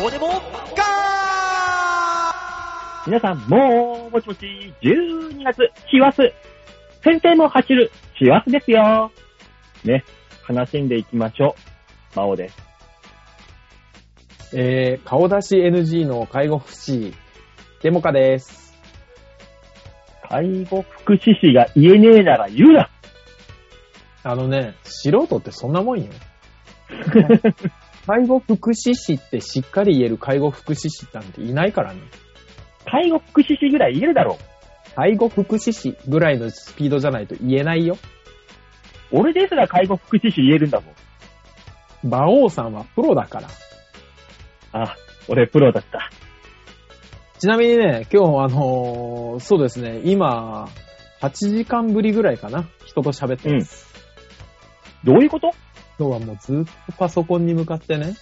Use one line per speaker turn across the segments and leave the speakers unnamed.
どうでもガー
皆さん、もう、もちもち、12月、師走。先生も走る、師走ですよ。ね、楽しんでいきましょう。魔王です。
えー、顔出し NG の介護福祉、デモカです。
介護福祉士が言えねえなら言うな。
あのね、素人ってそんなもんよ。介護福祉士ってしっかり言える介護福祉士なんていないからね。
介護福祉士ぐらい言えるだろ
介護福祉士ぐらいのスピードじゃないと言えないよ。
う。俺ですら介護福祉士言えるんだもん。
馬王さんはプロだから。
あ、俺プロだった。
ちなみにね、今日あのーそうですね、今、8時間ぶりぐらいかな、人と喋ってます。
どういうこと
今日はもうずっとパソコンに向かってね、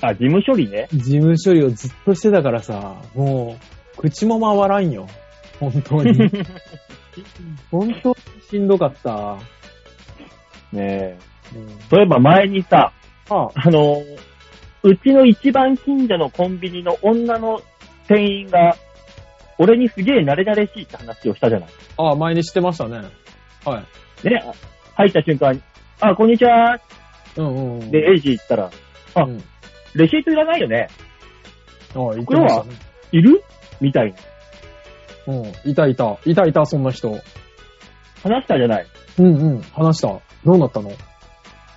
あ、事務処理 ね。
事務処理をずっとしてたからさ、もう、口も回らんよ。本当 に。本当にしんどかった。
ねえ。
うん、
そういえば前にさ、
あ、
あの、うちの一番近所のコンビニの女の店員が、俺にすげえ慣れ慣れしいって話をしたじゃない。
あ、前にしてましたね。はい。
ね、あ入った瞬間に、あ、こんにちは。
うんうんうん。
で、エイジ行ったら、あ
うん、
レシートいらないよね。
あ、言ってましたね。
いるみたいな。
うん、いたいた。いたいた、そんな人。
話したじゃない。
うんうん、話した。どうなったの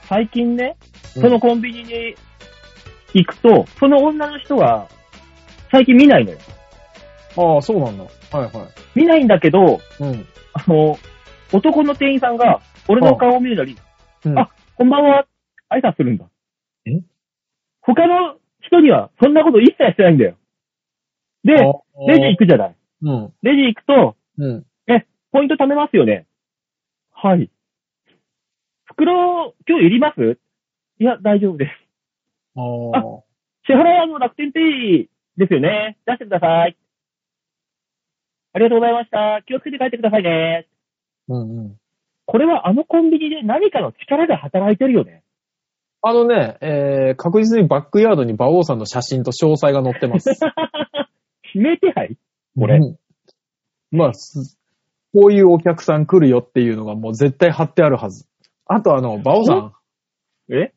最近ね、そのコンビニに行くと、その女の人は、最近見ないのよ。
ああ、そうなんだ。はいは
見ないんだけど、
い。うん。
あの、男の店員さんが、俺の顔を見るなり、
うん、
あこんばんは、挨拶するんだ。
え
他の人には、そんなこと一切してないんだよ。で、レジ行くじゃない。
うん、
レジ行くと、
うん。
ポイント貯めますよね。はい。袋、今日いりますいや、大丈夫です。
あ
あ
あ。
支払いはあの楽天ペイですよね。出してください。ありがとうございました。気をつけて帰ってくださいね。
うんうん。
これはあのコンビニで何かの力で働いてるよね。
あのね、えー、確実にバックヤードに馬王さんの写真と詳細が載ってます。
指名手配これ
うんまあ、すこういうお客さん来るよっていうのがもう絶対貼ってあるはず。あとあの、馬王さん、
え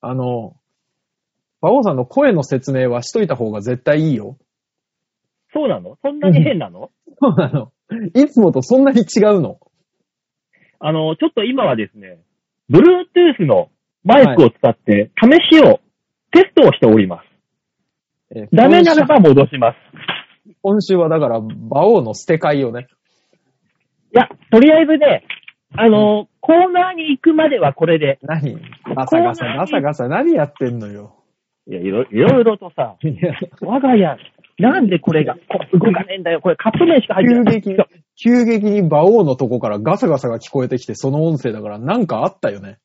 あの、馬王さんの声の説明はしといた方が絶対いいよ。
そうなのそんなに変なの、
そうなの。いつもとそんなに違うの。
あの、ちょっと今はですね、Bluetooth のマイクを使って試しを、テストをしております。
えー
ダメならば戻します。
今週はだから、馬王の捨て替えよね。
いや、とりあえずね、あの、コーナーに行くまではこれで。
何ガサガサ、ガサガサ、何やってんのよ。
いや、いろいろいろとさ、
いや
我が家、なんでこれが、こ動かねえんだよ。これカップ麺しか入って
急
ない。
激に、急激に馬王のとこからガサガサが聞こえてきて、その音声だからなんかあったよね。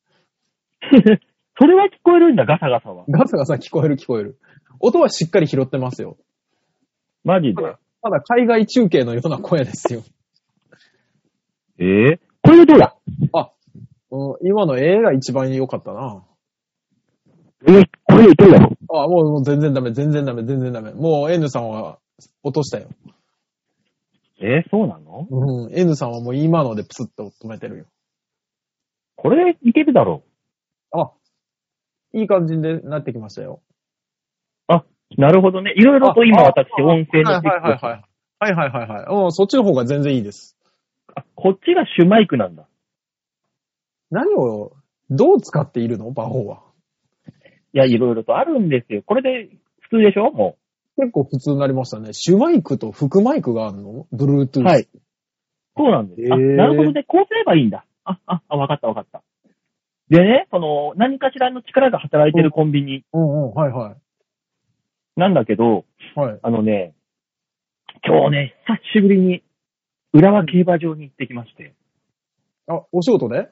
それは聞こえるんだ、ガサガサは。
ガサガサ聞こえる聞こえる。音はしっかり拾ってますよ。
マジ
で。ただ海外中継のような声ですよ。
ええこれでどうだ
あ、うん、今の A が一番良かったな。
えこれでいけるだろ。
あ、もうもう全然ダメ、全然ダメ、全然ダメ。もう N さんは落としたよ。
えーそうなの
うん、N さんはもう今のでプスッと止めてるよ。
これでいけるだろ
あ、いい感じになってきましたよ。
う。なるほどね。いろいろと今
あ
私、
あ
音声の
はい
チェ
はい
ック
は
を
いはい。はいはいはいはい。うん、そっちの方が全然いいです。
あこっちが主マイクなんだ。
何を、どう使っているの馬王は。
いや、いろいろとあるんですよ。これで普通でしょも
結構普通になりましたね。主マイクと副マイクがあるの ?Bluetooth。
う。はい。。そうなんです。あ、
へー
なるほどね。こうすればいいんだ。あ、あ、あ、わかったわかった。でね、その、何かしらの力が働いてるコンビニ
うんうん、はいは
なんだけど、
い。はい。
あのね、今日ね、久しぶりに、浦和競馬場に行ってきまして。
あ、お仕事で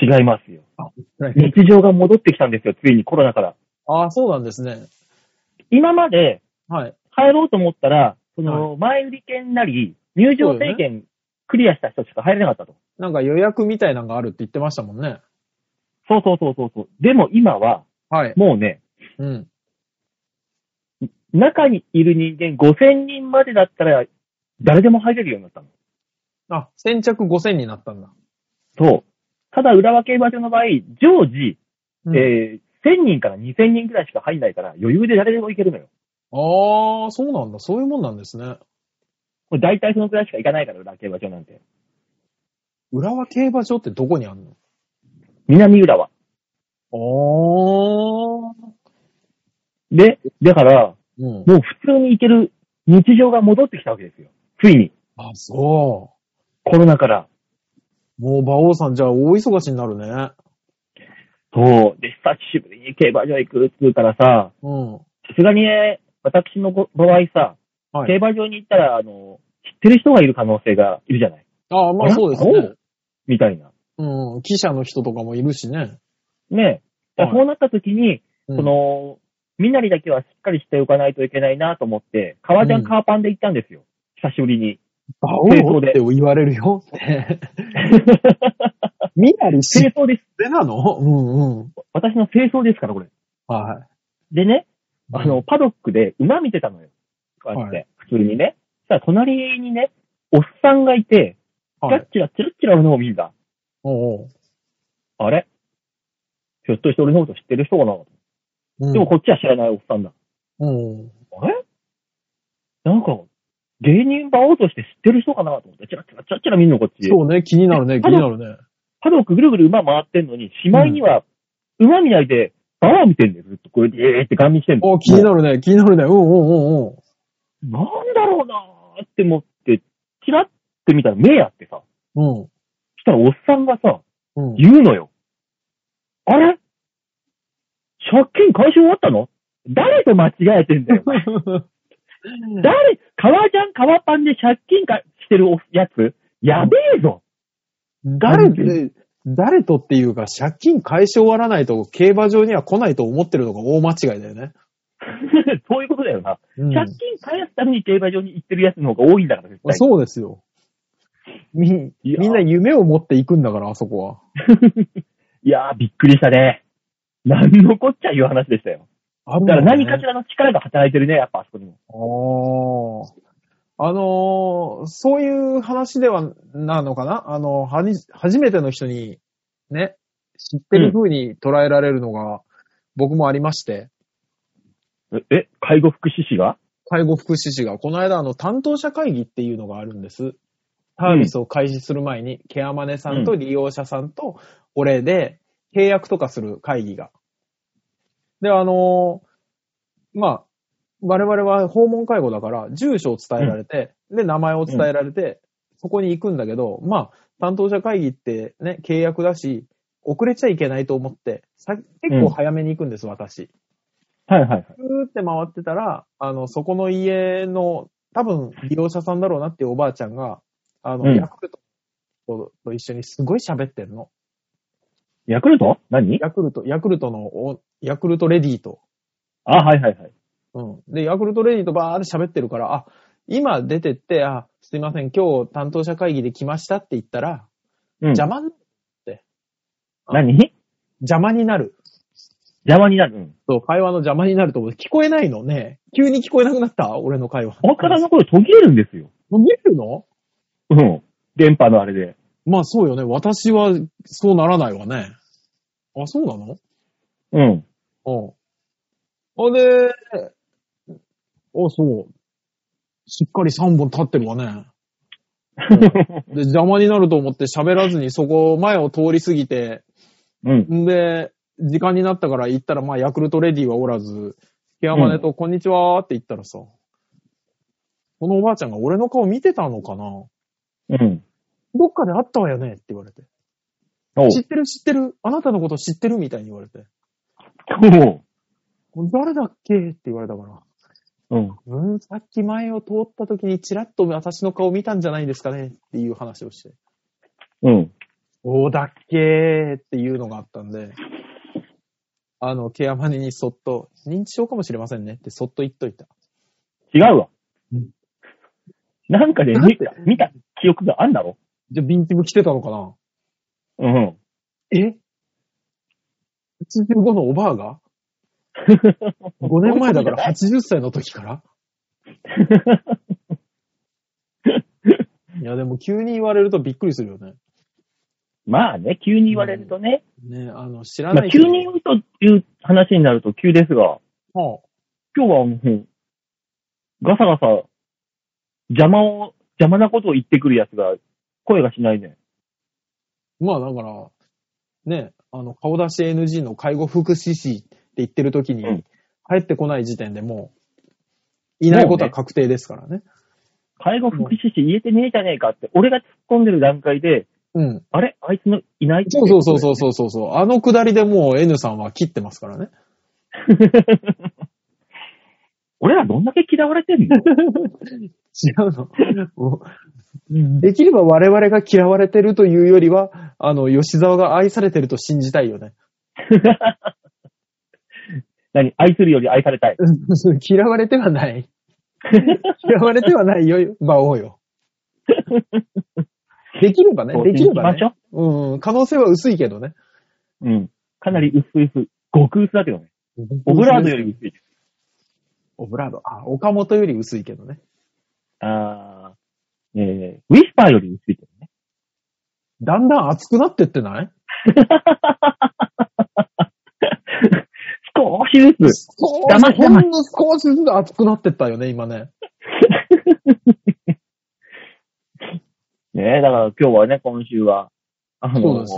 違いますよ。
はい
日常が戻ってきたんですよ。ついにコロナから。
あそうなんですね。
今まで、
はい。
入ろうと思ったら、その、前売り券なり、入場制限クリアした人しか入れなかったと。
なんか予約みたいなのがあるって言ってましたもんね。
そうそうそうそうそう。でも今は、
はい。
もうね、
うん。
中にいる人間5000人までだったら、誰でも入れるようになったの。
あ、先着5000になったんだ。
そう。ただ、浦和競馬場の場合、常時、
うん
えー1000人から2000人くらいしか入んないから、余裕で誰でも行けるのよ。
ああ、そうなんだ。そういうもんなんですね。
これ大体そのくらいしか行かないから、浦和競馬場なんて。
浦和競馬場ってどこにあんの
南浦和。
ああ。
で、だから、
うん。
もう普通に行ける日常が戻ってきたわけですよ。ついに、
あ、そ
コロナから。
う。もう馬王さんじゃあ大忙しになるね。
そう。で、久しぶりに競馬場行くっつうからさ、
うん。
さすがにね、私のご場合さ、
はい
競馬場に行ったら、あの、知ってる人がいる可能性がいるじゃない
ああ、ま
あ
あ
ら
そうですね。
みたいな。
うん。記者の人とかもいるしね。
ねえ。だから
はい
そうなった時に、
うん
その、身なりだけはしっかりしておかないといけないなと思って、革ジャ
う
ン
ん
カーパンで行ったんですよ。久しぶり に。
馬王って言われる よって。みなり
清掃です。
手なのうんうん。
私の清掃ですから、これ。
は
でね、
い。
あの、パドックで馬見てたのよ。こうやって、普通にね。さあ、隣にね、おっさんがいて、チ
は
ラ
い
ッ。チラ、チラッチラ俺の方見るんだ。
おうおう
あれひょっとして俺のこと知ってる人かな、
うん
でもこっちは知らないおっさんだ。
うん。
あれなんか、芸人馬王として知ってる人かなと思って、チラッチラ、チラッチラ見んの、こっち。
そうね、気になるね、気になるね。
パドックぐるぐる馬回ってんのに、しまいには、馬見ないで、馬を見てんだよ。ずっとこれで、えーってガン見してんの。
お気に
も
なるね、気になるね。うんうんうんうん。
うなんだろうなーって思って、チラって見たら目やってさ、
うん。
したらおっさんがさ、
うん。
言うのよ。あれ借金回収終わったの誰と間違えてんだよ。誰、革ジャン、革パンで借金かしてるおやつ、やべえぞ。
誰って、誰とっていうか、借金返し終わらないと競馬場には来ないと思ってるのが大間違いだよね。
そういうことだよな。
うん
借金返すために競馬場に行ってるやつの方が多いんだから、絶対。
そうですよ。み、
いや
みんな夢を持っていくんだから、あそこは。
いやー、びっくりしたね。何のこっちゃいう話でしたよ。
あ
だから何かしらの力が働いてるね、やっぱあそこにも。
おーあのーそういう話ではなのかなあのはに、初めての人に、ね、知ってる風に捉えられるのが、僕もありまして、
え、え介護福祉士が
介護福祉士が、この間、あの、担当者会議っていうのがあるんです。サービスを開始する前に、ケアマネさんと利用者さんと、お礼で、契約とかする会議が。で、あのーまあ、我々は訪問介護だから、住所を伝えられて、で、名前を伝えられて、そこに行くんだけど、まあ、担当者会議ってね、契約だし、遅れちゃいけないと思って、さ結構早めに行くんです、私。
はいはいはい。
ふーって回ってたら、あの、そこの家の、多分、利用者さんだろうなっていうおばあちゃんが、あの、
うん
ヤクルトと一緒にすごい喋ってんの。
ヤクルト何
ヤクルト、ヤクルトのお、ヤクルトレディーと。
あ、はいはいはい。
うん。で、ヤクルトレディーとバーって喋ってるから、あ、今出てって、あ、すいません、今日担当者会議で来ましたって言ったら、
うん。
邪魔に、
何
邪魔になる。
邪魔になる。うん。
そう、会話の邪魔になると思う。聞こえないのね。急に聞こえなくなった俺の会話。
おからの声途切れるんですよ。
見えるの
うん。電波のあれで。
まあそうよね。私はそうならないわね。あ、そうなの
うん。
うん。あ、で、あ、そう。しっかり3本立ってるわね。で、邪魔になると思って喋らずにそこ前を通り過ぎて、
うん。
んで、時間になったから行ったら、まあヤクルトレディはおらず、ケアマネとこんにちはって言ったらさ、このおばあちゃんが俺の顔見てたのかな
うん。
どっかで会ったわよねって言われて。
おう
知ってる知ってるあなたのこと知ってるみたいに言われて。
おう
誰だっけって言われたから。
うん。
うん、さっき前を通った時にチラッと私の顔見たんじゃないですかねっていう話をして。
うん。
おーだっけーっていうのがあったんで、あの、ケアマネにそっと、認知症かもしれませんねってそっと言っといた。
違うわ
うん。
なんかで見た、見た記憶があんだろ
じゃあ、ビンティム来てたのかな
うん。
え ?85 のおばあが5年前だから80歳の時からいや、でも急に言われるとびっくりするよね。
まあね、急に言われるとね。
ね、あの、知ら
ま
な
あ、
い
急に言うという話になると急ですが、
は
今日はもう、ガサガサ、邪魔を、邪魔なことを言ってくるやつが、声がしないね。
あまあだから、ね、あの、顔出し NG の介護福祉士って言ってる時に、
うん
入ってこない時点でもう、いないことは確定ですからね。
介護福祉士言えてねえじゃねえかって、俺が突っ込んでる段階で、
うん。
あれあいつのいない
そうそうそうそうそうそうそう。あのくだりでもう N さんは切ってますから ね。
俺らどんだけ嫌われてんの
違うの。できれば我々が嫌われてるというよりは、あの、吉沢が愛されてると信じたいよね。
何愛するより愛されたい。
嫌われて はない。嫌われてはないよ、馬王よ。できればね、できれば
行きま
ね
し。ょ
うん、可能性は薄いけどね。
う。うん。かなり薄々、極薄だけどね。オブラードより薄い。
オブラード。あ、岡本より薄いけどね。
あー、えー、ウィスパーより薄いけどね。
だんだん熱くなってってない
少しずつ。
少
だま
し、
しだ
ほ
まし
んの少しずつ熱くなってったよね、今ね。
ねえ、だから今日はね、今週は、あ
そう
の
です、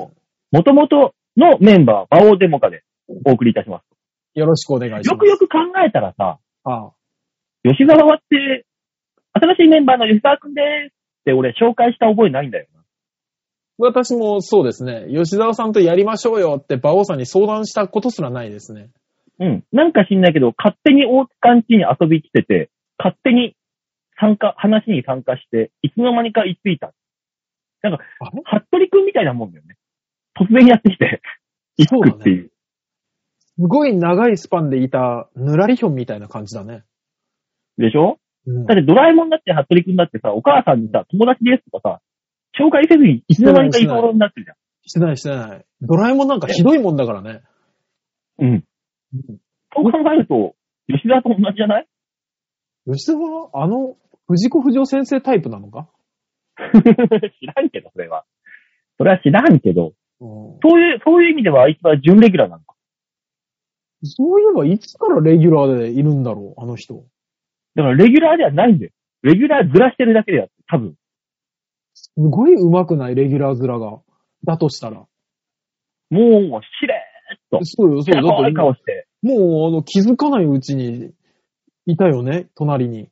もともとのメンバー、馬王デモカでお送りいたしま。
よろしくお願いしますす。
よくよく考えたらさ、
ああ
吉沢はって、新しいメンバーの吉沢くんでーすって俺紹介した覚えないんだよな。
私もそうですね。吉沢さんとやりましょうよって、馬王さんに相談したことすらないですね。
うん。なんか知んないけど、勝手に大塚ん家に遊び来てて、勝手に参加、話に参加して、いつの間にか居ついた。なんか
あれ、
服部くんみたいなもんだよね。突然やってきて、行
そうだね
くっていう。
すごい長いスパンでいた、ぬらりひょんみたいな感じだね。
でしょ
うん
だってドラえもんだって服部くんだってさ、お母さんにさ、友達ですとかさ、紹介せずにいつの間にか居候になってるじ
してないしてない。ドラえもんなんかひどいもんだからね。
ゃん。うん。そう考えると、吉田と同じじゃない
吉沢はあの、藤子不二雄先生タイプなのか
知らんけど、それは。それは知らんけど、
うん
そういう、そういう意味ではあいつは準レギュラーなのか。
そういえばいつからレギュラーでいるんだろう、あの人。
だからレギュラーではないんだよ。レギュラーずらしてるだけでやって、多分。
すごい上手くない、レギュラー面が。だとしたら。
もう、しれそう
そうよ、そう
ーっ
よ。
と怖
だっ
い
て、
顔して。
もう、あの、気づかないうちに、いたよね、隣に。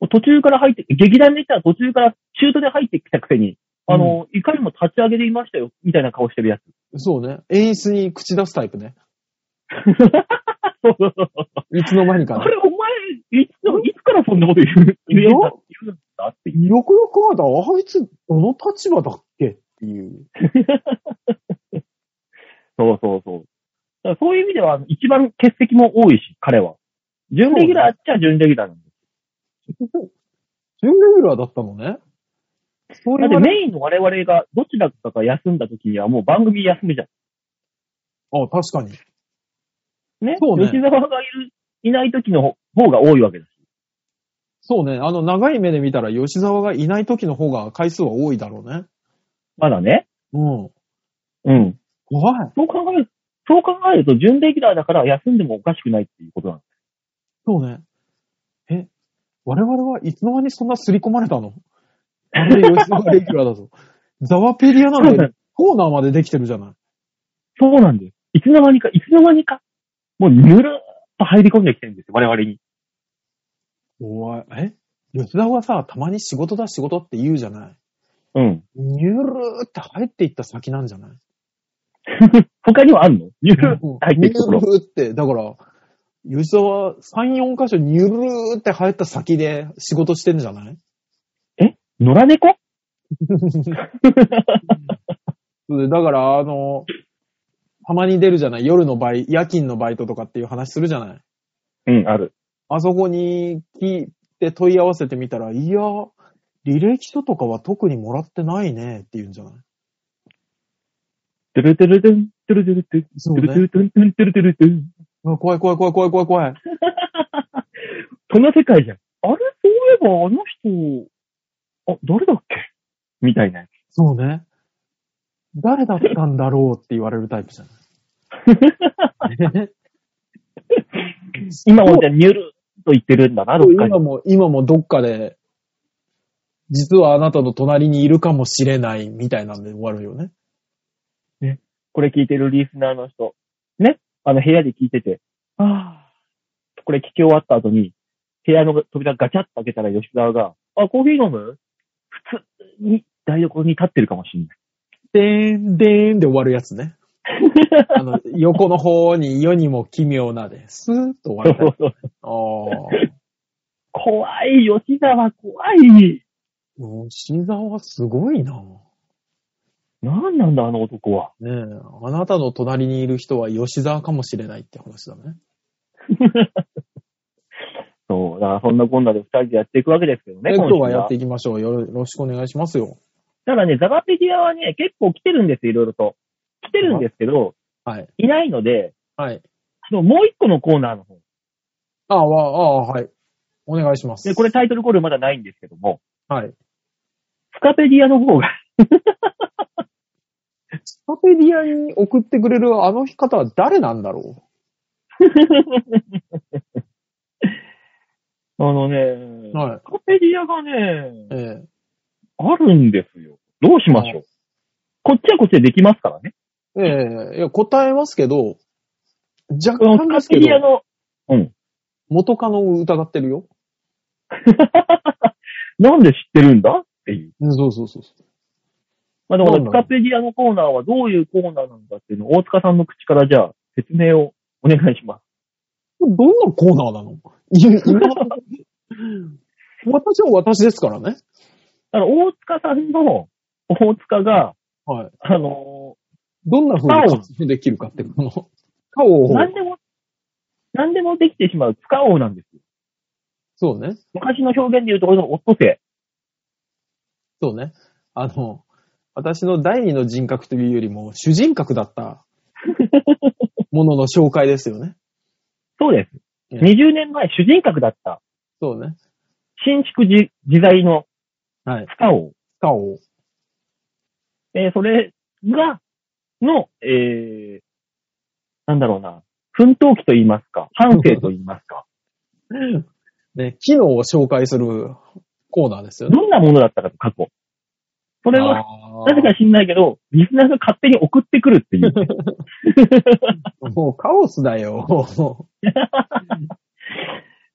もう途中から入って、劇団で行ったら途中から中途で入ってきたくせに、あの、いかにも立ち上げでいましたよ、みたいな顔してるやつ。
そうね。演出に口出すタイプね。
そうそうそう。
いつの間にか
あ
ね。
れ、お前、いつの、いつからそんなこと言う、言えんだ、言うんだっていう。
よくよく考えたら、あいつ、どの立場だっけっていう。
そうそうそう。だからそういう意味では、一番欠席も多いし、彼は。準レギュラーっちゃ準レギュラーなんです。
準レギュラーだったのね。そう
だ
い
って
うね。
メインの我々がどちらかが休んだ時にはもう番組休みじゃん。
あ、確かに。
ね。
そうね
吉沢がいる、いない時の方が多いわけだし。
そうね。あの、長い目で見たら、吉沢がいない時の方が回数は多いだろうね。
まだね。
うん。
うん。
怖い。
そう考える、そう考えると準レギュラーだから休んでもおかしくないっていうことなんで
そうね。え、我々はいつの間にそんな刷り込まれたのあれ、吉沢がレギュラーだ ぞ。ザワペディアな
す。
のに、コーナーまでできてるじゃない。
そうなんです。いつの間にか、いつの間にか、もうぬるーっと入り込んできてるんですよ、我々に。
怖い。え吉沢はさ、たまに仕事だ仕事って言うじゃない。
うん。
ニュルーって入っていった先なんじゃない
他にはあるのニュルー
うん
入っていくところ。
ニュルーって、だから、吉沢は3、4箇所ニュルーって入った先で仕事してんじゃない
野良猫
そうだから、あの、たまに出るじゃない夜のバイ、夜勤のバイトとかっていう話するじゃない
うん、ある。
あそこに聞いて問い合わせてみたら、いや、履歴書とかは特にもらってないねって言うんじゃない
トゥルトゥルトゥン、トゥルトゥルトゥン、
そう
トゥ
ね。
ルトゥルトゥン、トゥルトゥルトゥン。
うん 怖い怖い怖い怖い怖い怖い。
そんな世界じゃん。あれ、そういえばあの人、あ、誰だっけみたいなやつ。
そうね。誰だったんだろうって言われるタイプじゃ ない。
今もじゃあニュルと言ってるんだな、どっかに
今。も、今もどっかで、実はあなたの隣にいるかもしれないみたいなんで終わるよね。
これ聞いてるリスナーの人。ねあの部屋で聞いてて。ああ。これ聞き終わった後に、部屋の扉ガチャッと開けたら吉沢が、あ、コーヒー飲む普通に台所に立ってるかもしれない。
でーん、でーんで終わるやつね。 あの、横の方に世にも奇妙なで、スーッと終わ るタイプ。あー。
怖い、吉沢怖い。
吉沢すごいな。
なんなんだ、あの男は。
ねえ、あなたの隣にいる人は吉沢かもしれないって話だね。
そう、だからそんなこんなで二人でやっていくわけですけどね、
ね今
週
日はやっていきましょう。よろしくお願いしますよ。
ただね、ザガペディアはね、結構来てるんですよ、いろいろと。来てるんですけど、
はい。
いないので、
はい。
そのもう一個のコーナーの方。
ああ、わあ、あはい。お願いします。
で、これタイトルコールまだないんですけども、
はい。
スカペディアの方が、
スカペディアに送ってくれるあの方は誰なんだろ
あのね、
うはい
ス。カペディアがね、
ええ
あるんですよ。どうしましょう。こっちはこっちでできますからね。
ええいや、答えますけど、若
こ
干
の
で
ス
す
カペ
け
ディア
ど、
の、うん。
元カノを疑ってるよ。
なんで知ってるんだっていう。
そうそうそうそう。
まあ、だから
そう
ス
なの
カペディアのコーナーはどういうコーナーなんだっていうのを大塚さんの口からじゃあ説明をお願いします。
どんなコーナーなのいや今私は私ですからね。
だから大塚さんの、大塚が、
はい。
あの
どんな風に活用できるかってこの、顔
ー、
を、
何でも、何でもできてしまう塚王なんですよ。
そうね。
昔の表現で言うところのオットセ
そうね。あの、私の第二の人格というよりも、主人格だ ったものの紹介ですよね。
そうです。
ええ
20年前、主人格だった、
そうね。
新築自自在の
はい。
塚王。
顔を。
えーそれが、の、えー、なんだろうな、奮闘期と言いますか、反省と言いますか、
ね、機能を紹介するコーナーですよね。
どんなものだったかと、過去。それは、
あー
なぜか知んないけど、リスナーが勝手に送ってくるっ ていう。
もうカオスだよ。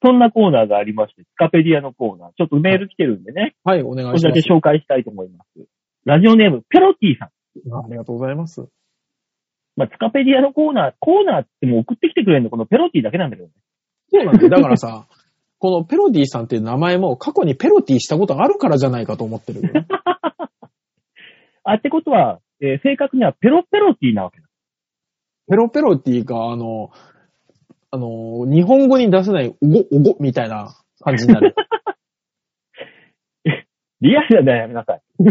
そんなコーナーがありまして、スカペディアのコーナー。ちょっとメール来てるんでね、
はい、お願
こ
い
れ
し
だ
ま
け
す。
紹介したいと思います。ラジオネーム、ペロティさん。
ありがとうございます。
まあ、スカペディアのコーナー、コーナーってもう送ってきてくれるの、このペロティだけなんだけどね。
そうなんだよ。だからさ、 このペロディさんっていう名前も過去にペロティしたことあるからじゃないかと 思ってるよね。
あ、ってことは、えー正確にはペロペロティなわけだ。
ペロペロティが、あの、あの、日本語に出せないおご、おごみたいな感じに なる。
リアルだよ、やめなさい。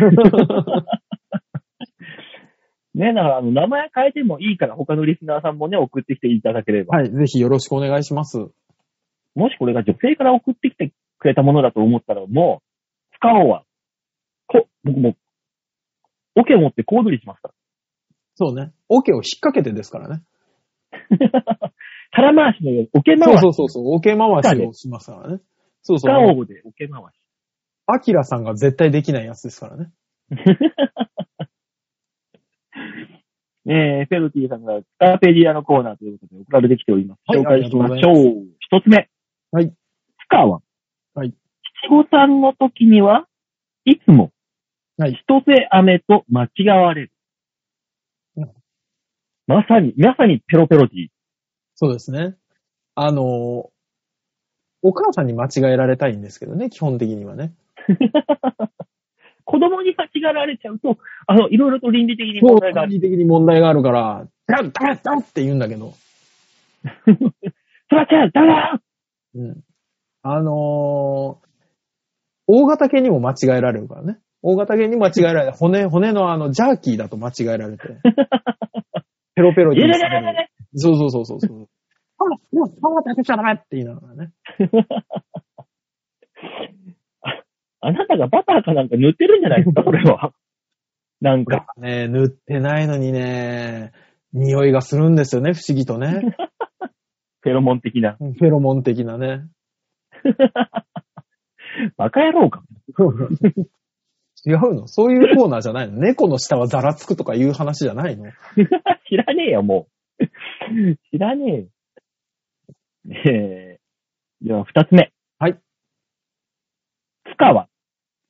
ね、だから、あの、名前変えてもいいから、他のリスナーさんもね、送ってきていただければ。
はい、ぜひよろしくお願いします。
もしこれが女性から送ってきてくれたものだと思ったら、もう、使おうは、こ、僕もう、オケを持って小躍りしますか
そうね。オケを引っ掛けてですからね。
ら。腹回しのように、オケ
そ
回
う
し。
そうそうそう、オケ回しをしますからね。そうそ
使
う。
おうでオケ回し。
アキラさんが絶対できないやつですからね。
えー、フェルティさんがスカーペディアのコーナーということで送られてきております。
はい
紹介しま
あり
し
が
ょ
と
う。一つ目。
はい
スカは、
はい。
七五三の時には、いつも、
はい
一瀬飴と間違われる
うん。
まさに、まさにペロペロティ。
そうですね。あの、お母さんに間違えられたいんですけどね、基本的にはね。
子供に間違われちゃうと、あの、いろいろと倫理的に
そう
問、題があ
管
る。
理的に問題があるから、ダッダッダッって言うんだけど。
そらちゃん、だら
うん。あのー大型犬にも間違えられるからね。大型犬に間違えられて、骨、骨のあの、ジャーキーだと 間違えられて。ペロペ
ー
ロ
い
で
やいやい
いいです
やいやい
ね。そうそうそうそうそう。あら、もう、パワー立てちゃダメって言いながらね。
あなたがバターかなんか塗ってるんじゃないですか、これは。なんか。
ね塗ってないのにね、匂いがするんですよね、不思議 とね。
フェロモン的な。
フェロモン的なね。
バカ野郎か。
違うのそういうコーナーじゃないの猫の舌はザラつくとかいう話じゃないの
知らねえよ、もう。知らねえよ。えー、では、二つ目。
はい。
つかは、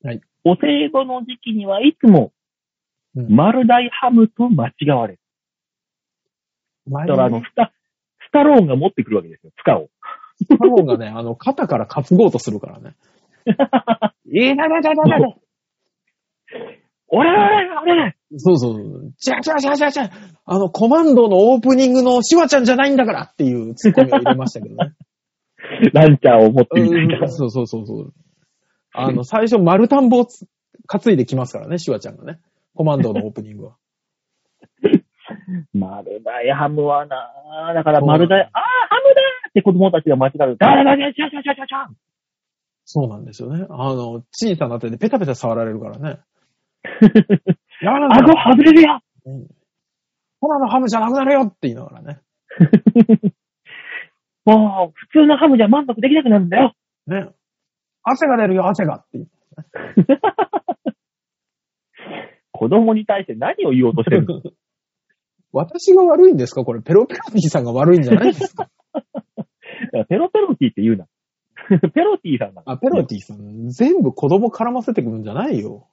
はい。
お歳暮の時期にはいつも、
うん
丸大ハムと間違われる。
前
だから、あの、スタ、スタローンが持ってくるわけですよ、つかを。
スタローン がね、あの、肩から担ごうとするからね。
えー、ななななな。俺俺俺俺
そうそう。じゃじゃじゃじゃじゃあの、コマンドのオープニングのシワちゃんじゃないんだからっていうツッコミを入れましたけどね。
ランチャーを持って
う
みたいな。
ん そうそうそうそう。あの、最初丸田んぼをつ担いできますからね、シワちゃんがね。コマンドのオープニング は。
丸大ハムはなだから丸大、あー、ハムだーって子供たちが間違う。だらだら、シャシャシャシャシャ
そうなんですよね。あの、小さな手でペタペタ触られるからね。やら
顎外れるよ
コラのハムじゃなくなるよって言いながらね。
もう、普通のハムじゃ満足できなくなるんだよ。
ね。汗が出るよ、汗がって。
子供に対して何を言おうとしてる の
私が悪いんですかこれ、ペロペロティさんが悪いんじゃないんですか
ペロペロティって言うな。 ペロティさんだ。
あ、ペロティさん、全部子供絡ませてくるんじゃないよ。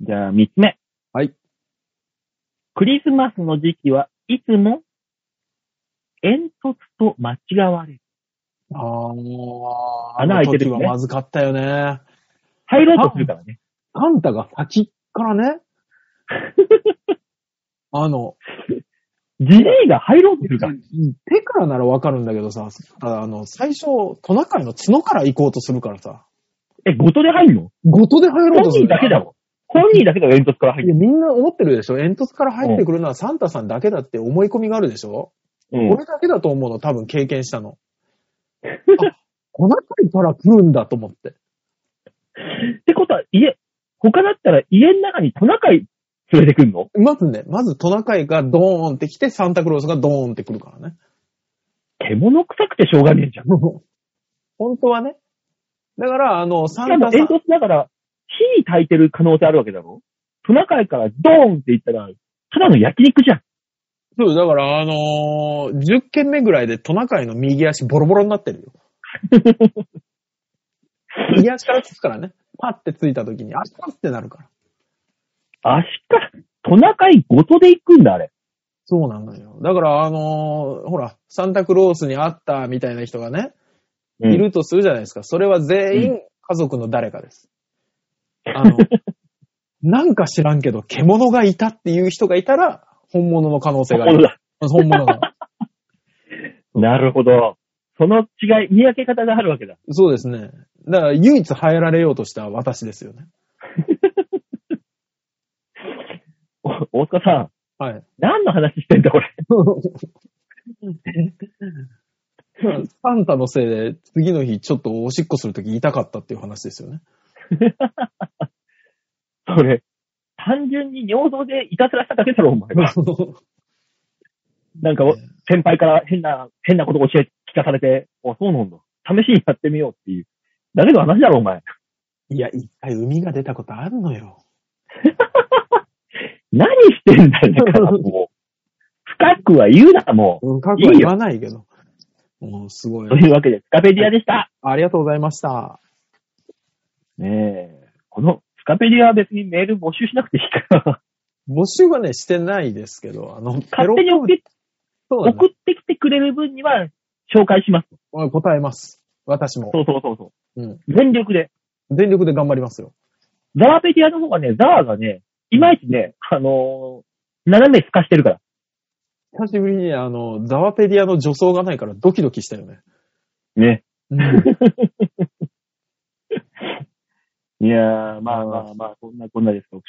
じゃあ、三つ目。
はい。
クリスマスの時期はいつも、煙突と間違われる。
ああ、もう、
穴開いてる
あ
よ
の時
ね
はまずかったよね。
入ろうとするからね。
あんたが先 からね、あの、
ジジイが入ろうとするから。
手からならわかるんだけどさ、あの、最初、トナカイの角から行こうとするからさ、
え、ごとで入るの
ごとで入ろう
本
とする
人だけだろ。本人だけが煙突から入
い
る。
や、みんな思ってるでしょ煙突から入ってくるのはサンタさんだけだって思い込みがあるでしょ、
うん
俺だけだと思うの、多分経験し たの。あ、トナカイから来るんだと思って。
ってことは、家、他だったら家の中にトナカイ連れてくんの
まずね、まずトナカイがドーンって来て、サンタクロースがドーンって来るからね。
獣臭くてしょうがねえじゃん。
本当はね。だから、あの、サ
しか
ン
も
タさ
煙
ん、
突だから、火に焚いてる可能性あるわけだろトナカイからドーンって言ったら、ただの焼肉じゃん。
そう、だから、あのー、10件目ぐらいでトナカイの右足ボロボロになってるよ。 右足からつくからね。パッてついた時に、あっってなるから。
足か、トナカイごとで行くんだ、あれ。
そうなのよ。だから、あのーほら、サンタクロースに会ったみたいな人がね、いるとするじゃないですか。それは全
う
員家族の誰かです。あの、なんか知らんけど、獣がいたっていう人がいたら、本物の可能性があ
そう
る。
だ。
本物が。
なるほど。その違い、見分け方があるわけだ。
そうですね。だから、唯一入られようとした私ですよね。
お大塚さん、
はい。
何の話してんだ、これ。
サンタのせいで、次の日ちょっとおしっこするとき痛かったっていう話ですよね。
それ、単純に尿道でいたずらしただけだろ、お前は。なんか、先輩から変な、変なこと教え、聞かされて、あ、そうなんだ。試しにやってみようっていう。だけの話だろ、お前。
いや、一回海が出たことあるのよ。
何してんだよ、だからもう。深くは言うな、も
うん、過去は言わないけど。もうすご
う。
い
と。いうわけで、スカペディアでした。
ありがとうございました。
ねえ。この、スカペディアは別にメール募集しなくていいから。
募集はね、してないですけど、あの、 ペ
勝
ロ
手に送って
そうだね
送ってきてくれる分には、紹介します。
おい答えます。私も。
そうそうそうそうう。全力で。
全力で頑張りますよ。
ザワペディアの方がね、ザワがね、いまいちね、あのー斜め透かしてるから。
久しぶりに、あの、ザワペディアの助走がないからドキドキしたよね。
ね。
うん、
いやー、まあまあまあ、こんなこんなですよ。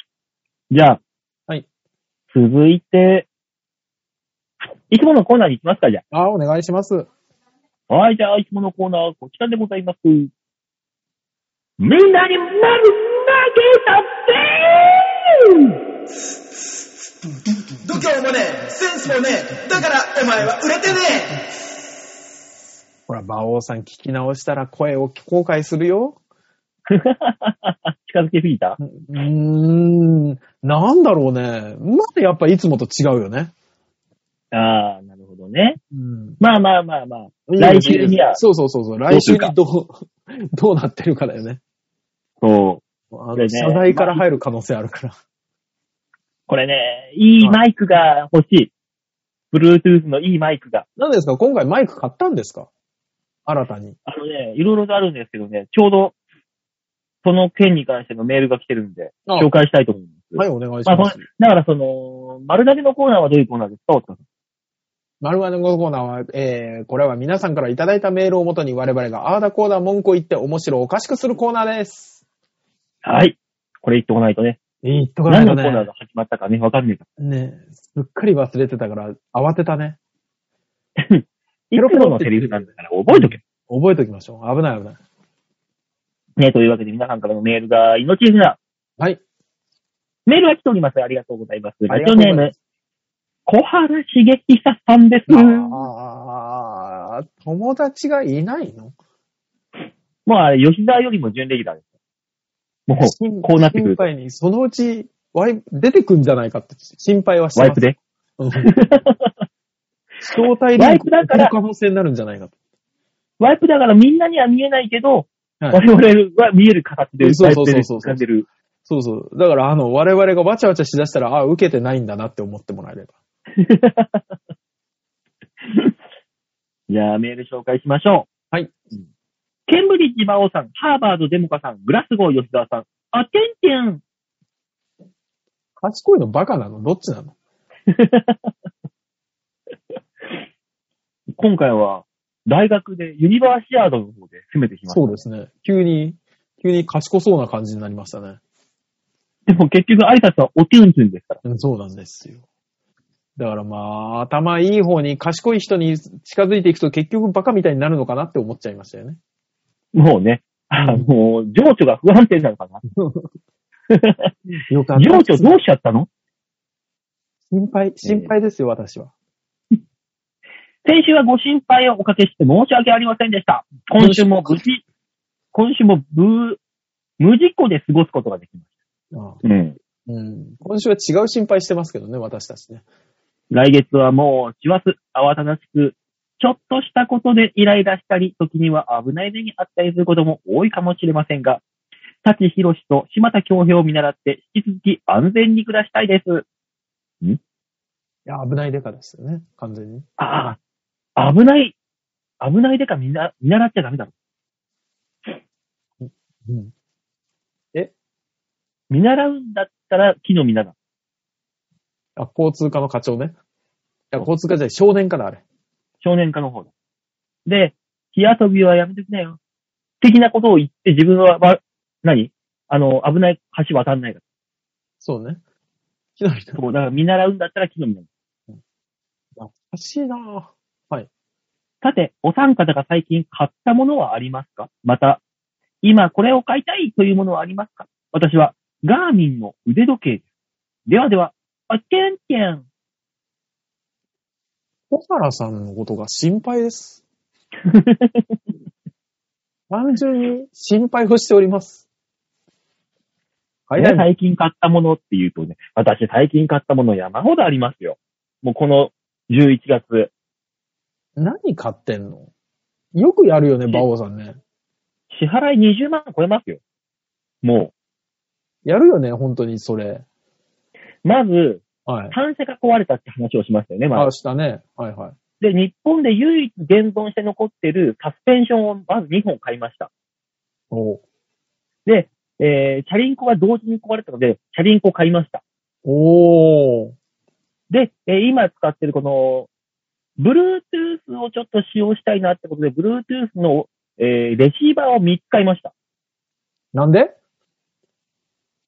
じゃあ。
はい。
続いて、生き物のコーナーに行きますか、じゃ
あ、お願いします。
あ。はい、じゃあ、生き物のコーナー、こちらでございます。みんなに丸投げたって
度胸もねえ、センスもねえ、だからお前は売れてねえ。
ほら、馬王さん聞き直したら声を後悔するよ。
近づけすぎた
うーん、なんだろうね。まだやっぱいつもと違うよね。
ああ、なるほどね。
うん。
まあまあまあまあ。来週には
そうそうそうそう。来週にどう、 どうなってるかだよね。
そう。
あ
これね
の、謝罪から入る可能性あるから。
これね、いいマイクが欲しい。Bluetooth のいいマイクが。
何ですか今回マイク買ったんですか新たに。
あのね、いろいろとあるんですけどね、ちょうど、その件に関してのメールが来てるんで、
あ
紹介したいと思うんです。
はい、お願いし
まあ、
ます
そ。のだからその、丸投げのコーナーはどういうコーナーですか、お父さん
丸和のコーナーは、えー、これは皆さんからいただいたメールをもとに我々があーだこーだ文句を言って面白おかしくするコーナーです。
はい。これ言っておかないとね。
言っと
何のコーナーが始まったかね、わかんねえか
ねえ、すっかり忘れてたから慌てたね。
ら。いつものセリフなんだから覚えとけ。
覚えておきましょう。危ない危ない。
ね、というわけで皆さんからのメールが命綱。
はい。
メールが来ております。ありがとうございます。
あり
ラ
が
ジ
と
オ
うござ
ネ
い
ー
ま
ム、小原茂久さんです。も
あー、友達がいないの
うあれ、吉沢よりも準レギュラーです。もう、
心
こうなってくる
心配に、そのうち、ワイ出てくんじゃないかって心配はして
ワ
ます。
イプ で。
うん。招待
ワ
リン
イ
ク
プだから
送る可能性になるんじゃないかと。
ワイプだからみんなには見えないけど、
はい
我々は見える形で
そ
ワ
うそう
イプで
そうそう
掴んでる。
そうそう。だから、あの、我々がわちゃわちゃしだしたら、ああ、受けてないんだなって思ってもらえれば。
じゃあメール紹介しましょう。
はい
うん。ケンブリッジ馬王さん、ハーバードデモカさん、グラスゴー吉沢さん、あてんて ん。
賢いのバカなのどっちなの
今回は、大学で、ユニバーシアードの方で攻めてきました。
そうですね。急に、急に賢そうな感じになりましたね。
でも結局挨拶はおてうんちゅんですから。
うんそうなんですよ。だからまあ、頭いい方に賢い人に近づいていくと結局バカみたいになるのかなって思っちゃいましたよね。
もうね、あの、情緒が不安定なのかな。
よか
情緒どうしちゃったの
心配、心配ですよ、私は。
先週はご心配をおかけして申し訳ありませんでした。今週も無事、今週も無、無事故で過ごすことができまし
ああ
た。うん。
うん、今週は違う心配してますけどね、私たちね。
来月はもう、師走、慌ただしく、ちょっとしたことでイライラしたり、時には危ない目にあったりすることも多いかもしれませんが、舘ひろしと島田恭平を見習って、引き続き安全に暮らしたいです。
いや、危ないデカですよね、完全に。
ああ、危ない、危ないでかみんな、見習っちゃダメだろ。
うん。
見習うんだったら、木の実なだ。
あ、交通課の課長ね。いや、交通課じゃない、少年課だ、あれ。
少年課の方だ。で、火遊びはやめときなよ。的なことを言って自分は、わ何あの、危ない橋渡んないか
そうね。ひどい
ら。そう、だから見習うんだったら木の実なの。
な。おかしいなぁ。
さて、お三方が最近買ったものはありますかまた、今これを買いたいというものはありますか私は、ガーミンの腕時計です。ではでは、あけんけん。
小原さんのことが心配です。単純に心配をしております。はい、
ね最近買ったものっていうとね、私最近買ったもの山ほどありますよ。もうこの11月、
何買ってんのよくやるよね、馬王さんね。
支払い20万超えますよ。も
やるよね、本当にそれ。
う、まず、
はい。
単車が壊れたって話をしましたよね、ま
あ、
ず。
したね。はいはい。
で、日本で唯一現存して残ってるサスペンションをまず2本買いました。
おう
で、えー、チャリンコが同時に壊れたので、チャリンコを買いました。
おー。
で、えー今使ってるこの、Bluetooth をちょっと使用したいなってことで、Bluetooth の、えーレシーバーを3つ買いました。
なんで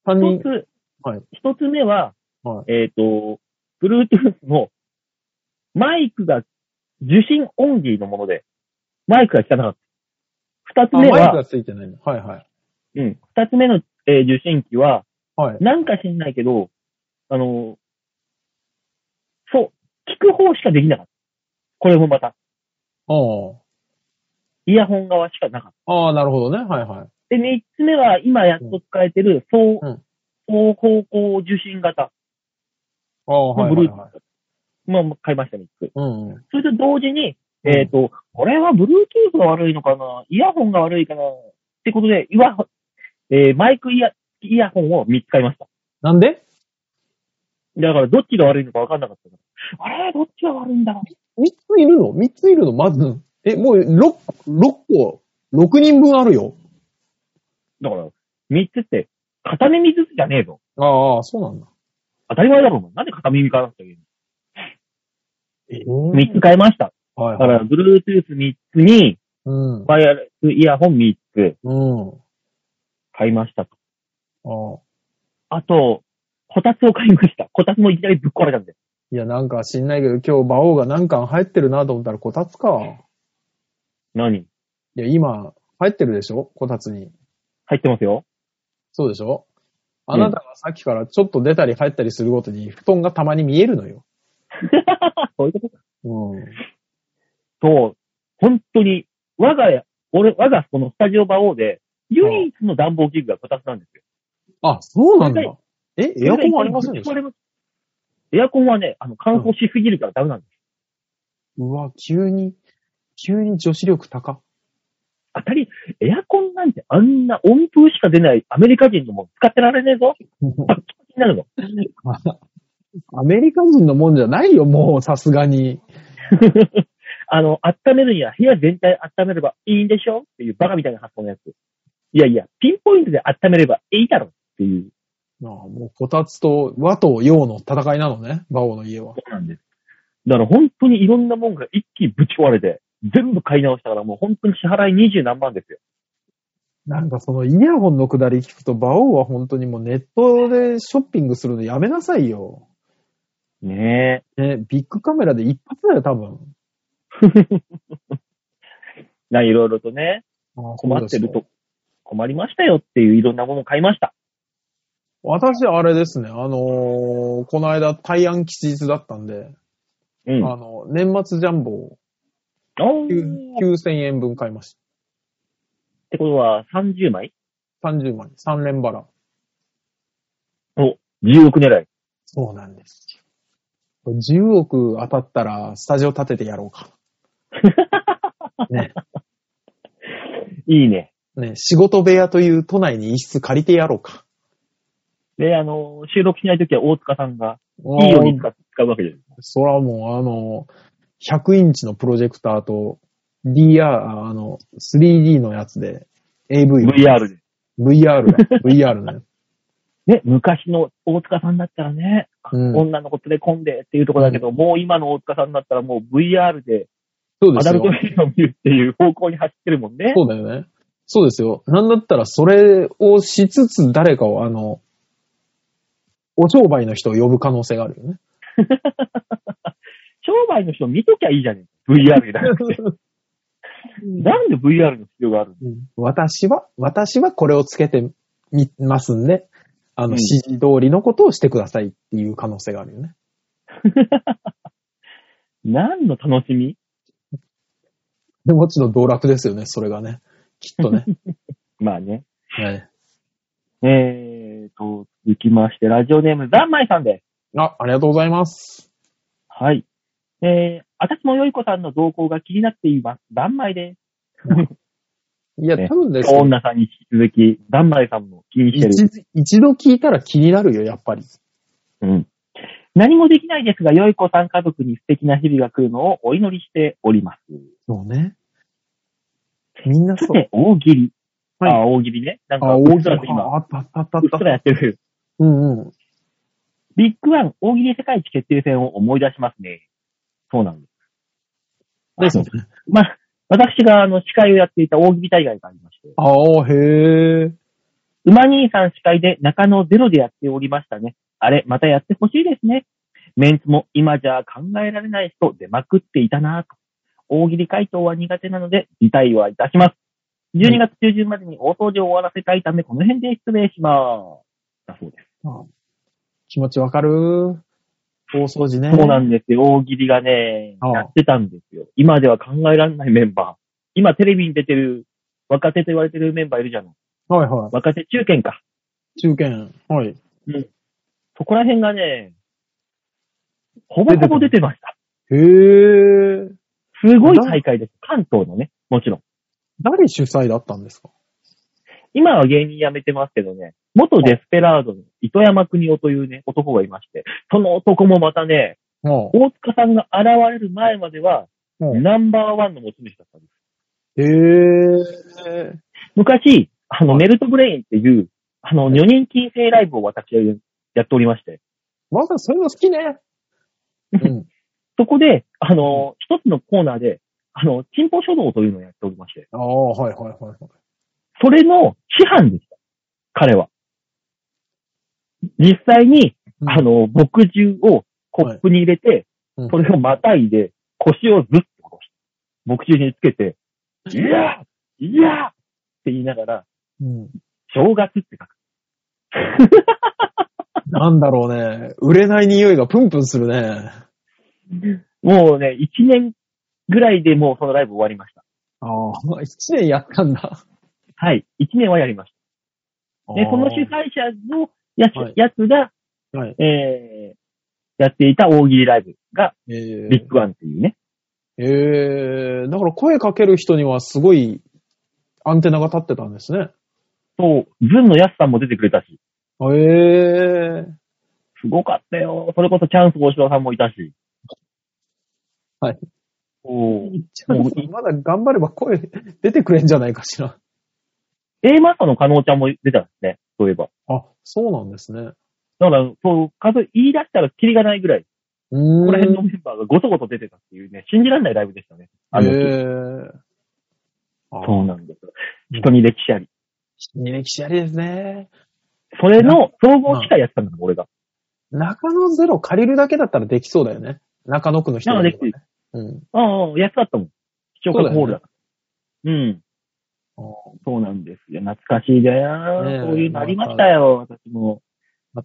三
一
人。
つ
はい、
一つ目は、
は
えっ、と、Bluetooth のマイクが受信オンリーのもので、マイクが効かなかった。二つ
あ、マ
目
イクが
は、
ついてないの。はいはい。
うん、二つ目の、えー受信機は、
はい。
なんか知んないけど、あの、そう、聞く方しかできなかった。これもまた、
あ
イヤホン側しかなかっ
あ。ああ、なるほどね。はいはい。
た。で、三つ目は、今やっと使えてる、双
うん
双方向受信型。
ああ、はいはい、はい。
まあ、買いました、三つ。
うんうん。
それと同時に、
うん
えっ、と、これは Bluetooth が悪いのかなイヤホンが悪いかなってことで、いわ、えーマイクイヤ、イヤホンを見つかりました。
なんで
だから、どっちが悪いのか分かんなかったから。あれどっちが悪いんだろう
?3 ついるの ?3 ついるのまず。え、もう6、六個、6人分あるよ。
だから、三つって、片耳ずつじゃねえぞ。
ああ、そうなんだ。
当たり前だろうもん。なんで片耳からなくていい
え
の三つ買いました。
は
だ
い
か
はい。
ら、Bluetooth3 つに、
うん。
ワイヤレスイヤホン3つ
うん。
買いましたと。
ああ。
あと、こたつを買いました。こたつもいきなりぶっ壊れたんで。
いや、なんか知んないけど、今日馬王が何巻入ってるなと思ったらこたつか。
何
いや、今、入ってるでしょこたつに。
入ってますよ。
そうでしょあなたがさっきからちょっと出たり入ったりするごとに、布団がたまに見えるのよ。
そういうこと
うん。
そう、本当に、我が家、俺、我がこのスタジオ場王で、唯一の暖房器具がこたつなんですよ。
あ、そうなんだ
そ。
え、エアコンありませんでし
こ
た
れがエアコンはね、あの、乾燥しすぎるからダメなんです。
うわ、急に、急に女子力高。
当たり、エアコンなんてあんな温風しか出ないアメリカ人のもん使ってられねえぞ。バッキバキになるの。
アメリカ人のもんじゃないよ、もう、さすがに。
あの、温めるには部屋全体温めればいいんでしょっていうバカみたいな発想のやつ。いやいや、ピンポイントで温めればいいだろっていう。
なあもう、こたつと和と洋の戦いなのね、馬王の家は。
そうなんです。だから本当にいろんなもんが一気にぶち壊れて、全部買い直したからもう本当に支払い二十何万ですよ。
なんかそのイヤホンのくだり聞くと、馬王は本当にもうネットでショッピングするのやめなさいよ。
ね
ね、ビッグカメラで一発だよ、多分。
え。ないろいろとね、困ってると。、困りましたよっていういろんなものを買いました。
私、あれですね、あのーこの間、大安吉日だったんで、
うん。
あの、年末ジャンボを
おーっ
9000円分買いまして
ことは30枚
た。30枚、3連バラ。
10億狙い。
そうなんです。10億当たったら、スタジオ建ててやろうか。ね、
いいね。
ね、仕事部屋という都内に一室借りてやろうか。
で、あの、収録しないときは大塚さんが、
い
いいように使使うわけです。
そらもう、あの、100インチのプロジェクターと、DR、あの、3D のやつで、AV を、
VR で。
VR だ、VR だよ。
ね、昔の大塚さんだったらね、
うん
女の子連れ込んでっていうところだけど、もう今の大塚さんだったらもう VR で
そうで
ア
す
ダル
よ
ト。ビデオを見るっていう方向に走ってるもんね。
そうだよね。そうですよ。なんだったら、それをしつつ誰かを、あの、お商売の人を呼ぶ可能性があるよね。
商売の人見ときゃいいじゃねえ。VR じゃなくて。なんで VR の必要があるの
私は、私はこれをつけてみますんで、あ
う
の、
ん
指示通りのことをしてくださいっていう可能性があるよね。
何の楽しみ
でもちろん道楽ですよね、それがね。きっと ね。
まあね。
はい。
えーと、続きまして、ラジオネーム、ザンマイさんです。
あ、ありがとうございます。
はい。えー、私もよいこさんの動向が気になっています。ザンマイで
いや、
ね
多分です
す。
けど
女さんに引き続き、ザンマイさんも気にしてる。
一一度聞いたら気になるよ、やっぱり。
うん。何もできないですが、良い子さん家族に素敵な日々が来るのをお祈りしております。
そうね。みんなそ
さ
う。
て、大喜利。
はい
あ、大喜利ね。なんか、
あ、
大
大
喜利
きな。
今、
ああったあったあったあ
うっ
った
すらやってる。
うんうん。
ビッグワン、大喜利世界一決定戦を思い出しますね。そうなんです。
何そ
あ
れ
のまあ、私があの、司会をやっていた大喜利大会がありまして、
ああ、へえ。
馬兄さん司会で中野ゼロでやっておりましたね。あれ、またやってほしいですね。メンツも今じゃ考えられない人出まくっていたなぁと。大喜利回答は苦手なので、辞退はいたします。12月中旬までに大掃除を終わらせたいため、この辺で失礼します。だそうです。
気持ちわかる大掃除ね。
そうなんですよ。大喜利がね、
ああ
やってたんですよ。今では考えられないメンバー。今テレビに出てる若手と言われてるメンバーいるじゃん。
はいは
若手中堅か。
い。中堅。はい。
そこら辺がね、ほぼほぼ出てました。
へー。
すごい大会です。関東のね、もちろん。
誰主催だったんですか
今は芸人辞めてますけどね、元デスペラードの糸山邦夫というね、男がいまして、その男もまたね、
は
大塚さんが現れる前までは、
あはあ
ナンバーワンの持ち主だったんです。
へー。
昔、あの、メルトブレインっていう、あの、女人禁制ライブを私はやっておりまして、
まさにそういうの好きね。うん。
そこで、あの、一つのコーナーで、あの、チンポ書道というのをやっておりまして、
ああ、はいはいはいはい。
それの師範でした。彼は。実際に、
うん
あの、墨汁をコップに入れて、
うん
それをまたいで、腰をずっと下ろして、墨汁につけて、いやーいやーって言いながら、
うん。
正月って書く。
なんだろうね。売れない匂いがプンプンするね。
もうね、一年ぐらいでもうそのライブ終わりました。
ああ、一年やったんだ。
はい。一年はやりました。
あー
で、その主催者のやつ,、
はい
やつが、
はい。
えー、やっていた大喜利ライブが、
えー
ビッグワンっていうね。
えー、だから声かける人にはすごいアンテナが立ってたんですね。
そう、ズンのヤスさんも出てくれたし、
えー、
すごかったよ。それこそチャンス大城さんもいたし。
はい。
おもうい
まだ頑張れば声出てくれんじゃないかしら。
A マッソの加納ちゃんも出たんですね。そういえば。
あ、そうなんですね。
だから、そう、数言い出したらキリがないぐらい、
う
ここら辺
ー
の
ん。
メンバーがごとごと出てたっていうね、信じられないライブでしたね。あの日、
えー、あ
そうなんです。人に歴史あり。
二歴史ありですね。
それの総合司会やってたんだ、俺が。
中野ゼロ借りるだけだったらできそうだよね。中野区の人
な
が
の
ね
で、歴史
うん。
ああ、安かったもん。視聴覚ホールだから。うん。
あー
そうなんですよ。懐かしいだよ、
ねえ
そういうのありましたよ、私も。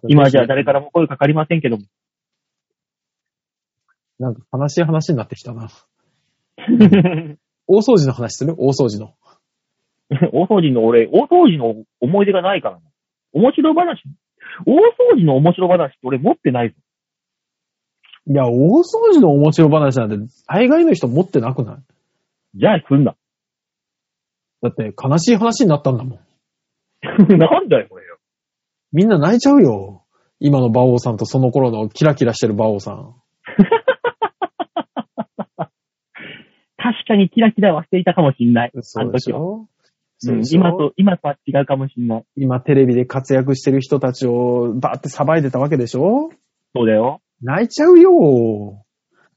今じゃ誰からも声かかりませんけ ども。
なんか悲しい話になってきたな。大掃除の話する大掃除の。
大掃除の俺、大掃除の思い出がないからな。面白話大掃除の面白話って俺持ってないぞ。
いや、大掃除の面白話なんて、大概の人持ってなくない
じゃあすんな。
だって悲しい話になったんだもん。
なんだよ、これよ。
みんな泣いちゃうよ。今の馬王さんとその頃のキラキラしてる馬王さん。
確かにキラキラはしていたかもしんない。
そうでし
あの
ょ
時
そう
はうん
でしょ
今と、今とは違うかもしんない。
今テレビで活躍してる人たちをバーってさばいてたわけでしょ
そうだよ。
泣いちゃうよ。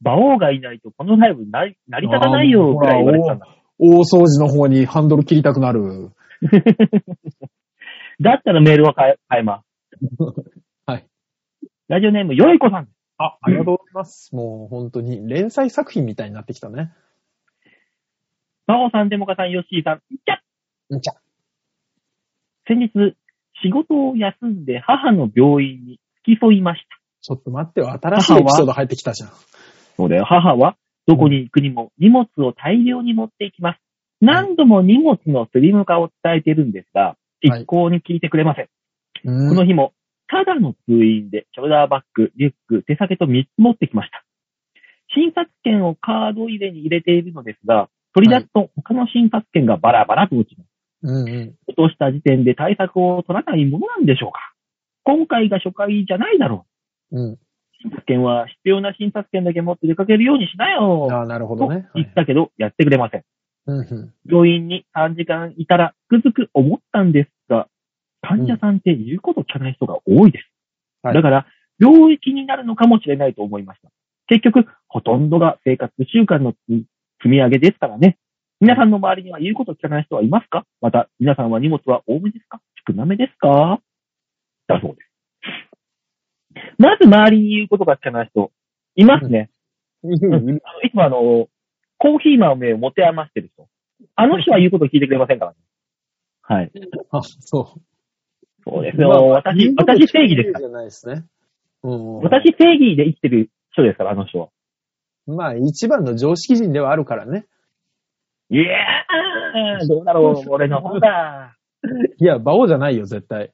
馬王がいないとこのライブなり成り立たないよ、ぐらい言われてたんだ。
大掃除の方にハンドル切りたくなる。
だったらメールは変え、変えます。
はい。
ラジオネーム、よいこさん。
あ、ありがとうございます。もう本当に連載作品みたいになってきたね。
馬王さん、デモカさん、ヨッシーさん。じゃ
うんちゃ。
先日、仕事を休んで母の病院に付き添いました。
ちょっと待 ってよ。新しいエピソード入ってきたじゃん。
そうだよ。母は、どこに行くにも荷物を大量に持っていきます。何度も荷物のスリム化を伝えているんですが、
はい
一向に聞いてくれません。
う
こ
ん
の日も、ただの通院で、ショルダーバッグ、リュック、手先と3つ持ってきました。診察券をカード入れに入れているのですが、取り出すと他の診察券がバラバラと落ちます。
うんうん。
落とした時点で対策を取らないものなんでしょうか今回が初回じゃないだろ
うん。
う。診察券は必要な診察券だけ持って出かけるようにしなよ。
ああ、なるほど
と
ね。は
言っ
い
たけど、やってくれません。
うんう
病院に3時間いたら、つくづく思ったんですが、患者さんって言うこと聞かない人が多いです。
はい
だから、領域になるのかもしれないと思いました。結局、ほとんどが生活習慣のつ積み上げですからね。皆さんの周りには言うこと聞かない人はいますかまた、皆さんは荷物は多めですか少なめですかだそうです。まず周りに言うことが聞かない人、いますね。 あのいつもあの、コーヒー豆を持て余してる人。あの人は言うこと聞いてくれませんからね。はい。
あ、そう。
そうですね。
まあ
私、私正義ですから。
じゃないですね。うん。
私正義で生きてる人ですから、あの人は。
まあ、一番の常識人ではあるからね。
いやー、どうだろう、俺の方だ。
いや、馬王じゃないよ、絶対。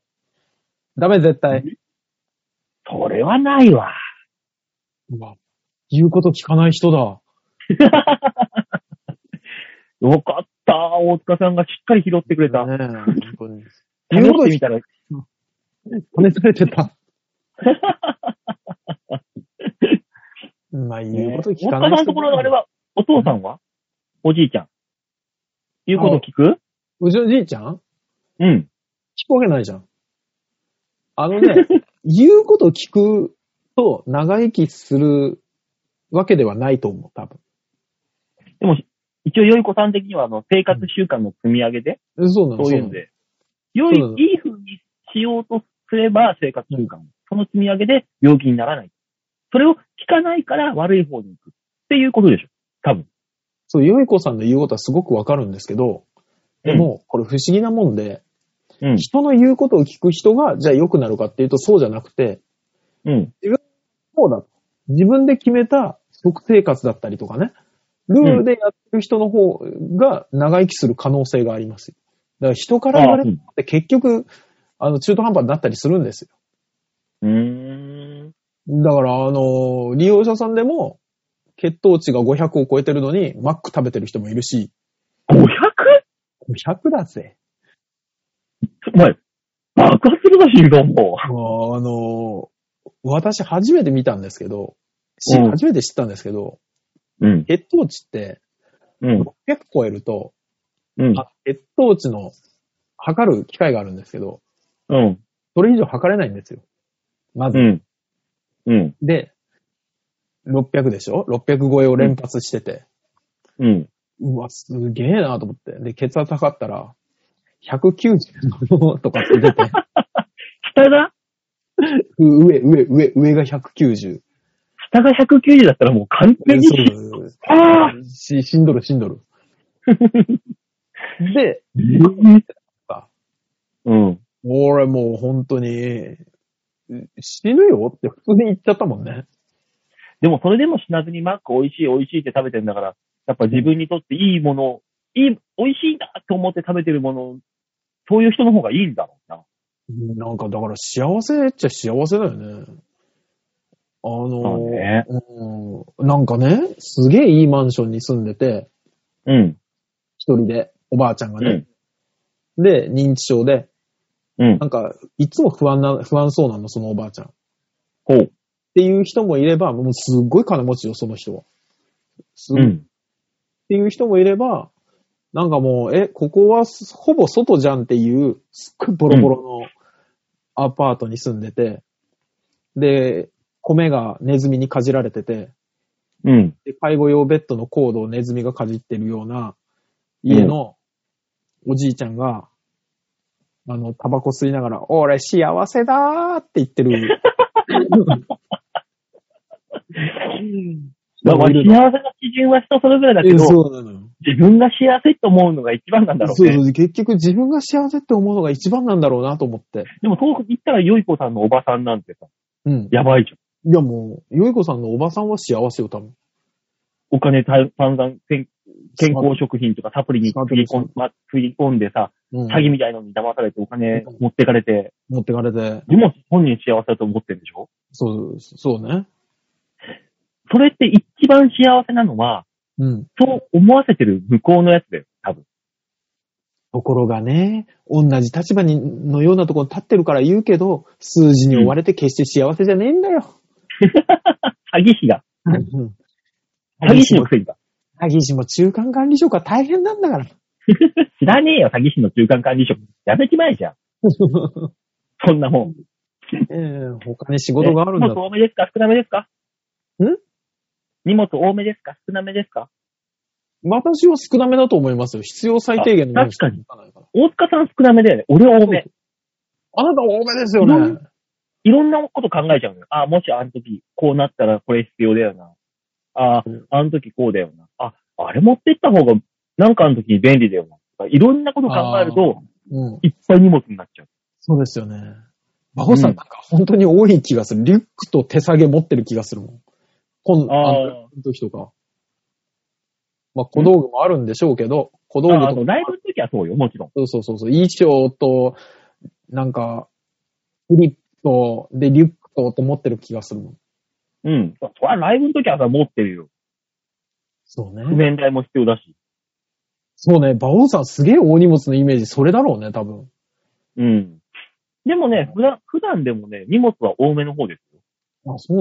ダメ、絶対。
それはないわ。
うわ言うこと聞かない人だ。
よかった、大塚さんがしっかり拾ってくれた。
ねえ本当に。
試
言うこ
してみ
と聞
たら、
かされてた。まあ、言うこと聞
大塚
かない
さんの
人
ところのあれは、お父さんはおじいちゃん。言うこと聞く
うちのじいちゃん
うん。
聞くわけないじゃん。あの ね、言うこと聞くと長生きするわけではないと思う、多
でも、一応、よい子さん的には、あの、生活習慣の積み上げで、
分。そうなの
そういうん。で、良
う
い、
そう
いい風にしようとすれば、生活習慣、その積み上げで病気にならない。それを聞かないから悪い方に行く。っていうことでしょ。多分。
そう、よいこさんの言うことはすごくわかるんですけど、でも、これ不思議なもんで、
うん、
人の言うことを聞く人が、じゃあ良くなるかっていうと、そうじゃなくて、
うん、
そうだと。自分で決めた食生活だったりとかね、ルールでやってる人の方が長生きする可能性がありますよ。だから人から言われるのって結局、あの、中途半端になったりするんですよ。
うん。う
だから、あの、利用者さんでも、血糖値が500を超えてるのに、マック食べてる人もいるし、
ーん。500?
500だぜ。
お前、爆発するらしいよ、も
あの、私初めて見たんですけど、し
うん
初めて知ったんですけど、
う。うん、
血糖値って
うん、
600超えると、
うん、
あ血糖値の測る機械があるんですけど、
うん、
それ以上測れないんですよ。まず。
うん、うん、
で、600でしょ ?600 超えを連発してて。
うん。
うわ、すげえなと思って。で、血圧測ったら、190とかって 出て、
下が、
上、上、上、上が190。
下が190だったらもう完全に
そうです
ああ
し、しんどる、しんど る。で、
うん。
俺もう本当に、死ぬよって普通に言っちゃったもんね。
でもそれでも死なずにマック美味しい美味しいって食べてんだから、やっぱ自分にとっていいものを、いい、美味しいなと思って食べてるもの、そういう人の方がいいんだろうな。
なんかだから幸せっちゃ幸せだよね。あの、
うね。
うんなんかね、すげえいいマンションに住んでて、
うん。
一人で、おばあちゃんが
う
ね
ん。。
で、認知症で、
うん
な。んか、いつも不安な、不安そうなの、そのおばあちゃん。っ
こう。
ていう人もいれば、もうすっごい金持ちよ、その人は。すっ
うん。
っていう人もいれば、なんかもう、え、ここはすほぼ外じゃんっていう、すっごいボロボロのアパートに住んでて、で、米がネズミにかじられてて、
うん。
で介護用ベッドのコードをネズミがかじってるような家のおじいちゃんが、あの、タバコ吸いながら、俺幸せだーって言って る。
まあ、まあ幸せの基準は人それぞれだけど、
そうなのよ。
自分が幸せと思うのが一番なんだろう
そう
ね。
そう。結局自分が幸せって思うのが一番なんだろうなと思って。
でもそう言ったら、よい子さんのおばさんなんてさ、
うん。
やばいじゃん。
いやもう、よいこさんのおばさんは幸せよ、多分。
お金た散々、健健康食品とかサプリに振り込んま振り込んでさ、
うん、
詐欺みたいのに騙されてお金持ってかれて、
持ってかれて。
でも本人幸せだと思ってるんでしょ
そう、そうね。
それって一番幸せなのは、
うん。
そう思わせてる向こうのやつだよ、多分。
ところがね、同じ立場に、のようなところに立ってるから言うけど、数字に追われて決して幸せじゃねえんだよ。
詐欺師が。
うん
詐欺師のくせにか。
詐欺師も中間管理職は大変なんだから。
知らねえよ、詐欺師の中間管理職。やめちまえじゃん。そんなもん。
ええ他に仕事があるんだ
え荷。物多めですか少なめですか
ん
荷物多めですか少なめですか
私は少なめだと思いますよ。必要最低限の
あ確かに
ものしか持たないから
大塚さん少なめだよね。俺多め。
あなた多めですよね。
いろんなこと考えちゃうのよ。あ、もしあの時こうなったらこれ必要だよな。あ
うん、
あの時こうだよな。あ、あれ持ってった方がなんかの時に便利だよな。とかいろんなこと考えると、
うん。
いっぱい荷物になっちゃう。
そうですよね。バホさんなんか本当に多い気がする。リュックと手提げ持ってる気がするもん。こん、
あー
あの時とか。まあ、小道具もあるんでしょうけど、小道具
ああ
と
の、
か
ライブの時はそうよ、もちろん。
そうそうそうそう、衣装と、なんか、フリップと、で、リュックと、と思ってる気がするもん。
うん。そりゃライブの時はさ、持ってるよ。
そう
譜。面台も必要だし。
そうね、馬王さんすげえ大荷物のイメージ、それだろうね、多分。
うん。でもね、普段、普段でもね、荷物は多めの方ですよ。
あ、そ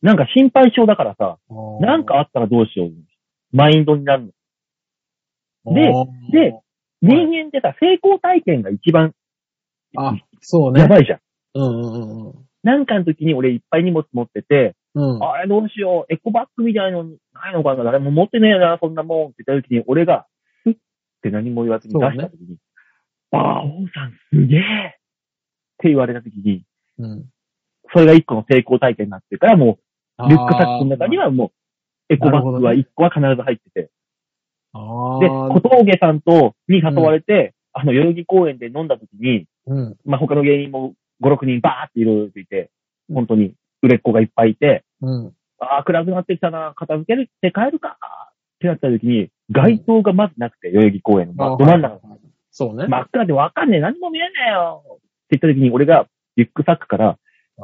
なんか心配性だからさ、
うなの
なんかあったらどうしよう。マインドになるの。
あー
で
あー
で人間ってさ、成功体験が一番
あ、そう
や
ね。
ばいじゃん。
うんうん
なんかの時に俺いっぱい荷物持ってて、
うん。うん。
あれどうしよう、エコバッグみたいのないのかな、誰も持ってねえな、そんなもんって言った時に、俺が、ふって何も言わずに出した時に、ああ、王さんすげえって言われた時に、
うん。
それが一個の成功体験になってるから、もう、リュックサックの中にはもう、エコバッグは一個は必ず入ってて。
あー、
で、
あ
小峠さんと、に誘われて、あの、代々木公園で飲んだ時に、
ーうん。
まあ、他の芸人も5、6人バーっていろいろいて、本当に売れっ子がいっぱいいて、
うん。
ああ、暗くなってきたな、片付けるって帰るかってなった時に、街灯がまずなくて、代々木公園の
あ
ま
ー
ど真ん中。
そうね。
真っ暗でわかんねえ、何も見えねえよって言った時に、俺がリュックサックから、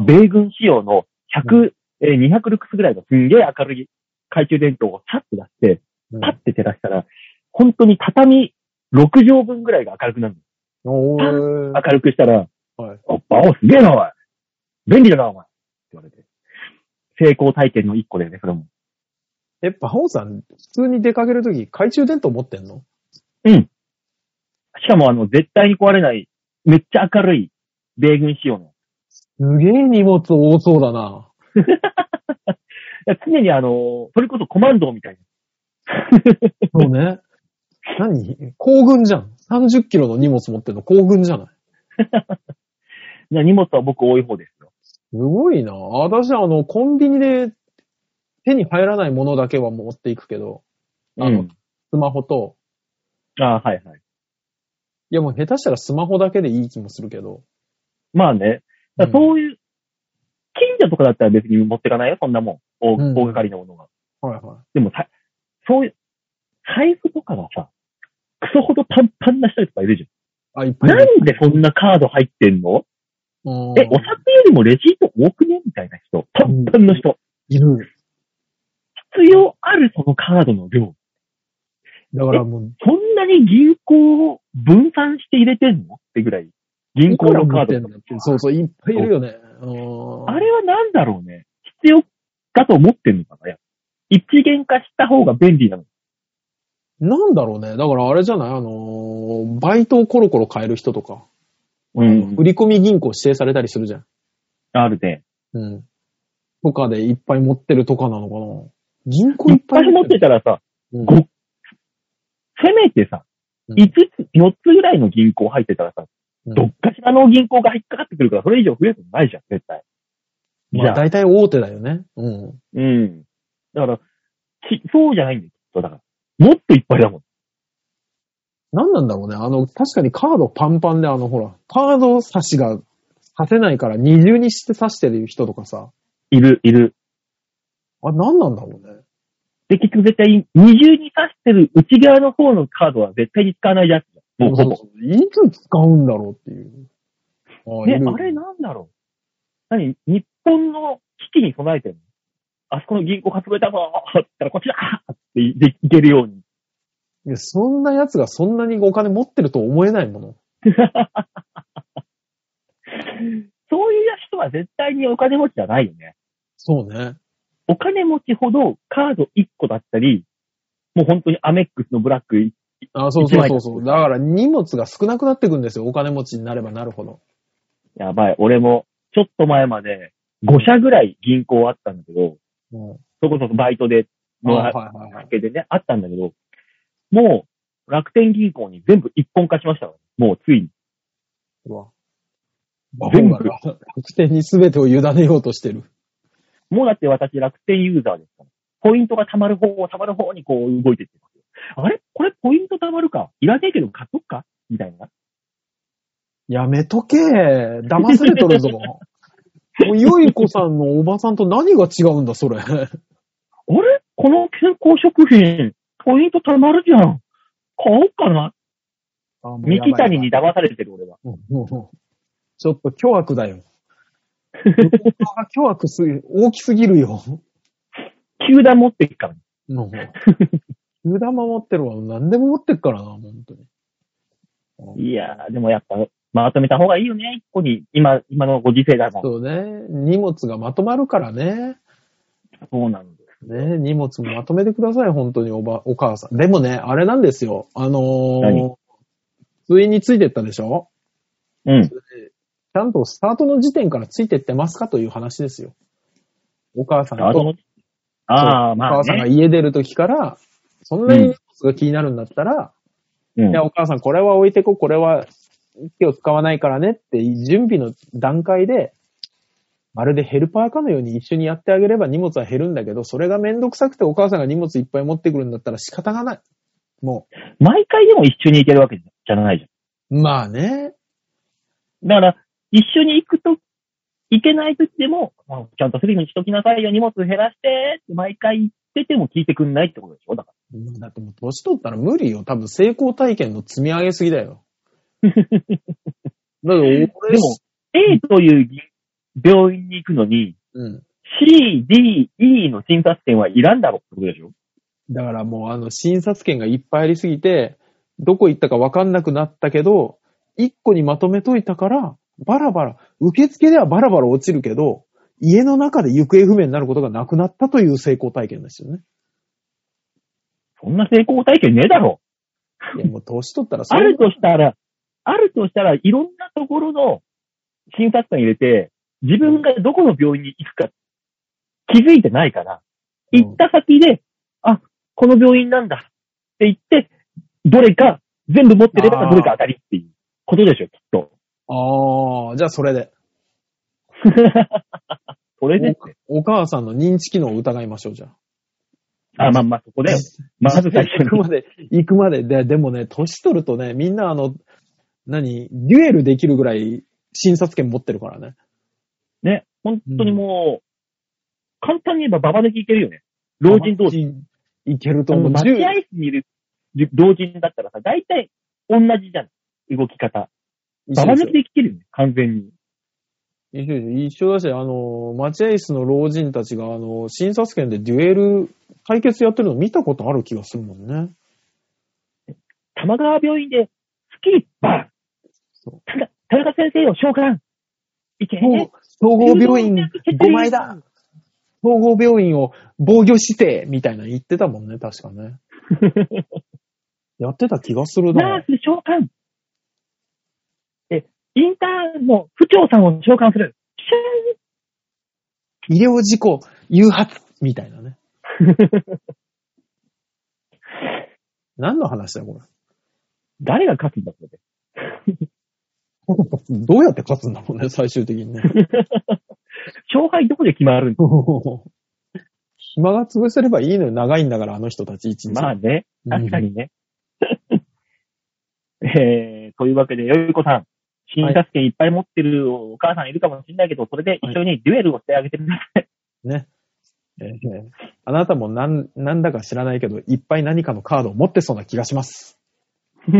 米軍仕様の100、えー200ルクスぐらいのすんげえ明るい懐中電灯をさっと出して、
うん
パッて照らしたら、本当に畳6畳分ぐらいが明るくなるの。
お
明
ー
るくしたら、
はい
おっぱおすげえな、おい便利だな、お前って言われて。成功体験の一個だよね、それも。
え、馬王さん、普通に出かけるとき、懐中電灯持ってんの
しかも、あの、絶対に壊れない、めっちゃ明るい、米軍仕様の。
すげえ荷物多そうだな。
だから常にあの、それこそコマンドみたい
そうね。 何行軍じゃん。30キロの荷物持ってんの行軍じゃない。
な。な荷物は僕多い方ですよ。
すごいな。私、あの、コンビニで手に入らないものだけは持っていくけど、あの、
うん
スマホと、
ああ、はいはい。
いやもう下手したらスマホだけでいい気もするけど。
まあね。だから
うん
そういう、近所とかだったら別に持ってかないよ、そんなもん。大
うん
大掛かりなものが。
はいは
でもさ、そういう、財布とかがさ、クソほどパンパンな人とかいるじ
い。あ、いっ
ゃ
ぱ
ん。
いい
な
る。
んでそんなカード入ってんの
うん
え、お札よりもレシート多くねみたいな人。パンパンの人。
いる。
必要あるそのカードの量。
だからもう、
そんなに銀行を分散して入れてんのってぐらい。銀行のカー
いく
ド
ら持ってん
と
だ
か
ってそうそう、いっぱいいるよね。うん
あれはなんだろうね。必要だと思ってんのかなやっぱ一元化した方が便利なの。
なんだろうね。だからあれじゃないあのーバイトをコロコロ変える人とか、
う
振。り込み銀行指定されたりするじゃん。
あるね。
うん。とかでいっぱい持ってるとかなのかな銀行
い
い
っ
っ
ぱ
ぱ
い
い
持って
る。
たらさ、
うん
ごせめてさ、
うん
5つ、4つぐらいの銀行入ってたらさ、
うん
どっかしらの銀行が引っかかってくるから、それ以上増えるのないじゃん、絶対。じ
まあ
ゃあ、
大体大手だよね。うん。
うん。だから、きそうじゃないんだよ、きっとだから。もっといっぱいだもん。
なんなんだろうね。あの、確かにカードパンパンで、あの、ほら、カード差しが差せないから二重にして差してる人とかさ。
いる、いる。
あ、なんなんだろうね。
で、結局絶対、二重に刺してる内側の方のカードは絶対に使わないやつだ。もうほぼ。
そうそういつ使うんだろうっていう。あ
ね
い、る
あれなんだろう。何日本の危機に備えてるのあそこの銀行が潰れたぞーって言ったらこっちだーってでいけるように。
いや、そんな奴がそんなにお金持ってると思えないもの。
そういう人は絶対にお金持ちじゃないよね。
そうね。
お金持ちほどカード1個だったり、もう本当にアメックスのブラックい、
あ、そうそうそう
一
そ
枚
う。だから荷物が少なくなってくんですよ。お金持ちになればなるほど。
やばい、俺も、ちょっと前まで5社ぐらい銀行あったんだけど、
うん。
そこそこバイトで、
あ
もう
はいはいはい
関。係でね、あったんだけど、もう楽天銀行に全部一本化しましたからもうついに。
うわ魔
全
法
部
が楽天に全てを委ねようとしてる。
もうだって私楽天ユーザーですから。ポイントが貯まる方、貯まる方にこう動いていってますよ。あれこれポイント貯まるかいらねえけど買っとくかみたいな。
やめとけ騙されとる ぞ。もう、よい子さんのおばさんと何が違うんだ、それ。
あれこの健康食品、ポイント貯まるじゃん。買おうかな三木谷に騙されてる俺は。
もうもうちょっと巨悪だよ。向こう側が巨悪すぎ、大きすぎるよ。
球団持っていくからね。
もう。無駄守ってるわ。何でも持ってるからな、本当に。
いやー、でもやっぱ、まとめた方がいいよね。一個に、今、今のご時世だもん。
そうね。荷物がまとまるからね。
そうなんです。
ね、荷物もまとめてください、本当におば、お母さん。でもね、あれなんですよ。あのー
何、
通院についてったでしょ
うん。
ちゃんとスタートの時点からついてってますかという話ですよ。お母さん
あ
と、
の、あー、ま
お
あ
母さんが
ね。
家出る時から、そんなに荷物が気になるんだったら、
うん
いや、お母さんこれは置いてこ、これは今日使わないからねって、準備の段階で、まるでヘルパーかのように一緒にやってあげれば荷物は減るんだけど、それがめんどくさくてお母さんが荷物いっぱい持ってくるんだったら仕方がない。も
毎回でも一緒に行けるわけじゃないじ
う。まあね。
ゃん。だから、一緒に行くと、行けない時でも、あちゃんとするようにしときなさいよ、荷物減らして、って毎回言ってても聞いてくんないってことでしょだか
だってもう年取ったら無理よ。多分成功体験の積み上げすぎだよ。だって俺
ら。でも、A というぎ病院に行くのに、
うん。
C、D、E の診察点はいらんだろってことでしょ
だからもうあの診察券がいっぱいありすぎて、どこ行ったかわかんなくなったけど、一個にまとめといたから、バラバラ、受付ではバラバラ落ちるけど、家の中で行方不明になることがなくなったという成功体験です よね。
そんな成功体験ねえだろ。
いやもう年取ったらそ
あ
れ
るとしたら、あるとしたらいろんなところの診察官入れて、自分がどこの病院に行くか気づいてないから、
うん
行った先で、あ、この病院なんだって言って、どれか、全部持ってれば
あー
どれか当たりっていうことでしょ、きっ と。
ああ、じゃあそれで。
それで、
おお母さんの認知機能を疑いましょう、じゃあ。
あ、まあまあそこ だよ。まず最初
行く
に。
まで、行くまで。で、でもね、年取るとね、みんなあの、何、デュエルできるぐらい診察券持ってるからね。
ね、本当にもう、簡単に言えばババでいけるよね。老人同士。
いけると
あ
思
の
う。
待合室にいる同人だったらさ、大体同じじゃん。動き方。ババ抜きできてるよね、完全に。
一緒一緒一緒だし、あの、待合室の老人たちが、あの、診察券でデュエル対決やってるの見たことある気がするもんね。
玉川病院で、スキーバ
そう
ー田田中先生を召喚いけ
もう総合病院5枚だ総合病院を防御して、みたいなの言ってたもんね、確 かね。やってた気がする
ナ
な
ー。ス召喚え、インターンの不調さんを召喚する
医療事故誘発みたいなね。
シュ ーン
何の話 だ、これ。
誰が勝つんだ、これで。
どうやって勝つんだろうね、最終的にね。
勝敗どこで決まるんだ
暇が潰せればいいのよ、長いんだから、あの人たち一日。
まあね。
うん
確かにね。 えー、というわけで、よいこさん、診察券いっぱい持ってるお母さんいるかもしれないけど、それで一緒にデュエルをしてあげてください。
えーあなたもなん、なんだか知らないけど、いっぱい何かのカードを持ってそうな気がします。
と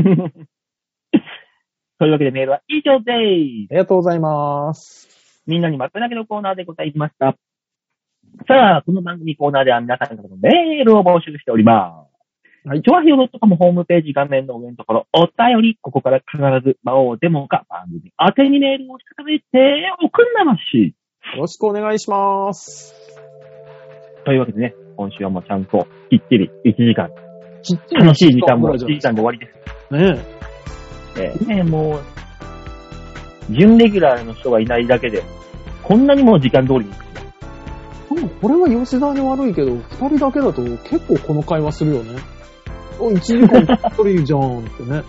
いうわけでメールは以上です。
ありがとうございます。
みんなにまとめだけのコーナーでございました。さあ、この番組コーナーでは皆さんからのメールを募集しております。
はい
チョアヘヨドットコムホームページ画面の上のところ、お便り、ここから必ず魔王デモか番組宛てにメールをしたためて、おくんなまし。
よろしくお願いします。
というわけでね、今週はもうちゃんと、きっちり1時間、
きっち
楽しい時間も1
じゃ
時間で終わりです。
ないねえ
えーねもう、準レギュラーの人がいないだけで、こんなにもう時間通りに行く。
でもこれは吉沢に悪いけど、二人だけだと結構この会話するよね。お、1時間たっぷり じゃんってね。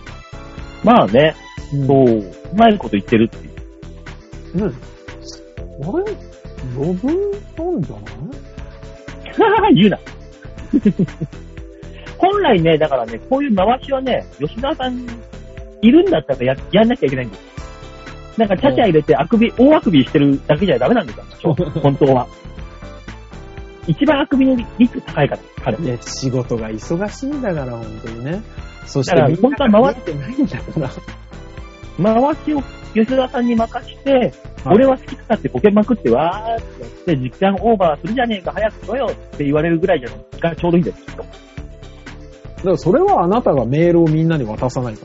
まあね、
うん
そう、うまいこと言ってるっていう。
ね、あれ余分なんじゃない
言うな。 本来ね、だからね、こういう回しはね、吉沢さん、いるんだったらややんなきゃいけないんです。なんか、ちゃちゃ入れて、あくび、大あくびしてるだけじゃダメなんですよ、本当は。一番あくびの率高いから、彼。
いや、仕事が忙しいんだから、本当にね。そし
だ
て
から
みんなが、
本当は回
ってないんだから。
回しを吉沢さんに任して、
はい
俺は好きだってボケまくってわーってやって、時間オーバーするじゃねえか、早く来ろよって言われるぐらいじゃがちょうどいいんです、きっと。
だから、それはあなたがメールをみんなに渡さないか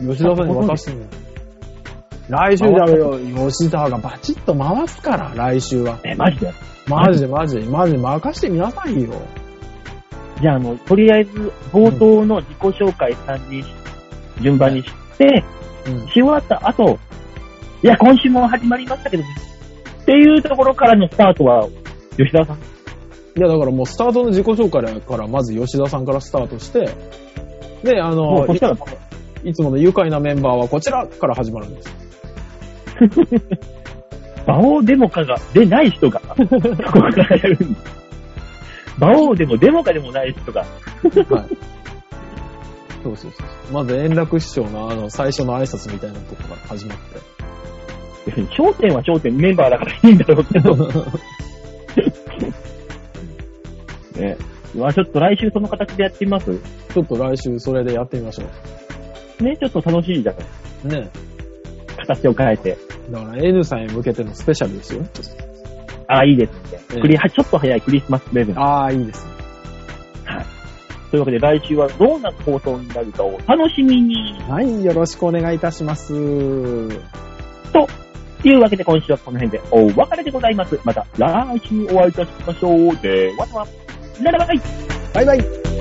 ら。吉田さんに渡してみよう来週だよ、吉田がバチッと回すから、来週は。
え、マジで
マジでマジで、マジで任してみなさいよ。
じゃあ、あの、とりあえず、冒頭の自己紹介3人、順番にして、
うん。
し終わった後、いや、今週も始まりましたけどね、っていうところからのスタートは、吉沢さん。
いや、だからもうスタートの自己紹介から、まず吉田さんからスタートして、で、あ
も
の
う、そしたら、
いつもの愉快なメンバーはこちらから始まるんです。
馬王デモカが、でない人が、そこからやるんだ。馬王でもデモカでもない人が、
はい。そうそうそう。まず円楽師匠のあの、最初の挨拶みたいなとこから始ま って。
別に焦点は焦点、メンバーだからいいんだろうけど、ね。まあちょっと来週その形でやってみますね、
ちょっと来週それでやってみましょ
ちょっと楽しいじゃん。
う。ね。
形を変えて。
だから N さんへ向けてのスペシャルですよ。
ああ、いいですね。
ええ
クリはちょっと早いクリスマスレベル。
ああ、いいですね。
というわけで来週はどんな放送になるかを楽しみに。
はい、よろしくお願いいたします。
というわけで今週はこの辺でお別れでございます。また来週お会いいたしましょう。ではでは、ならばい
バイバイ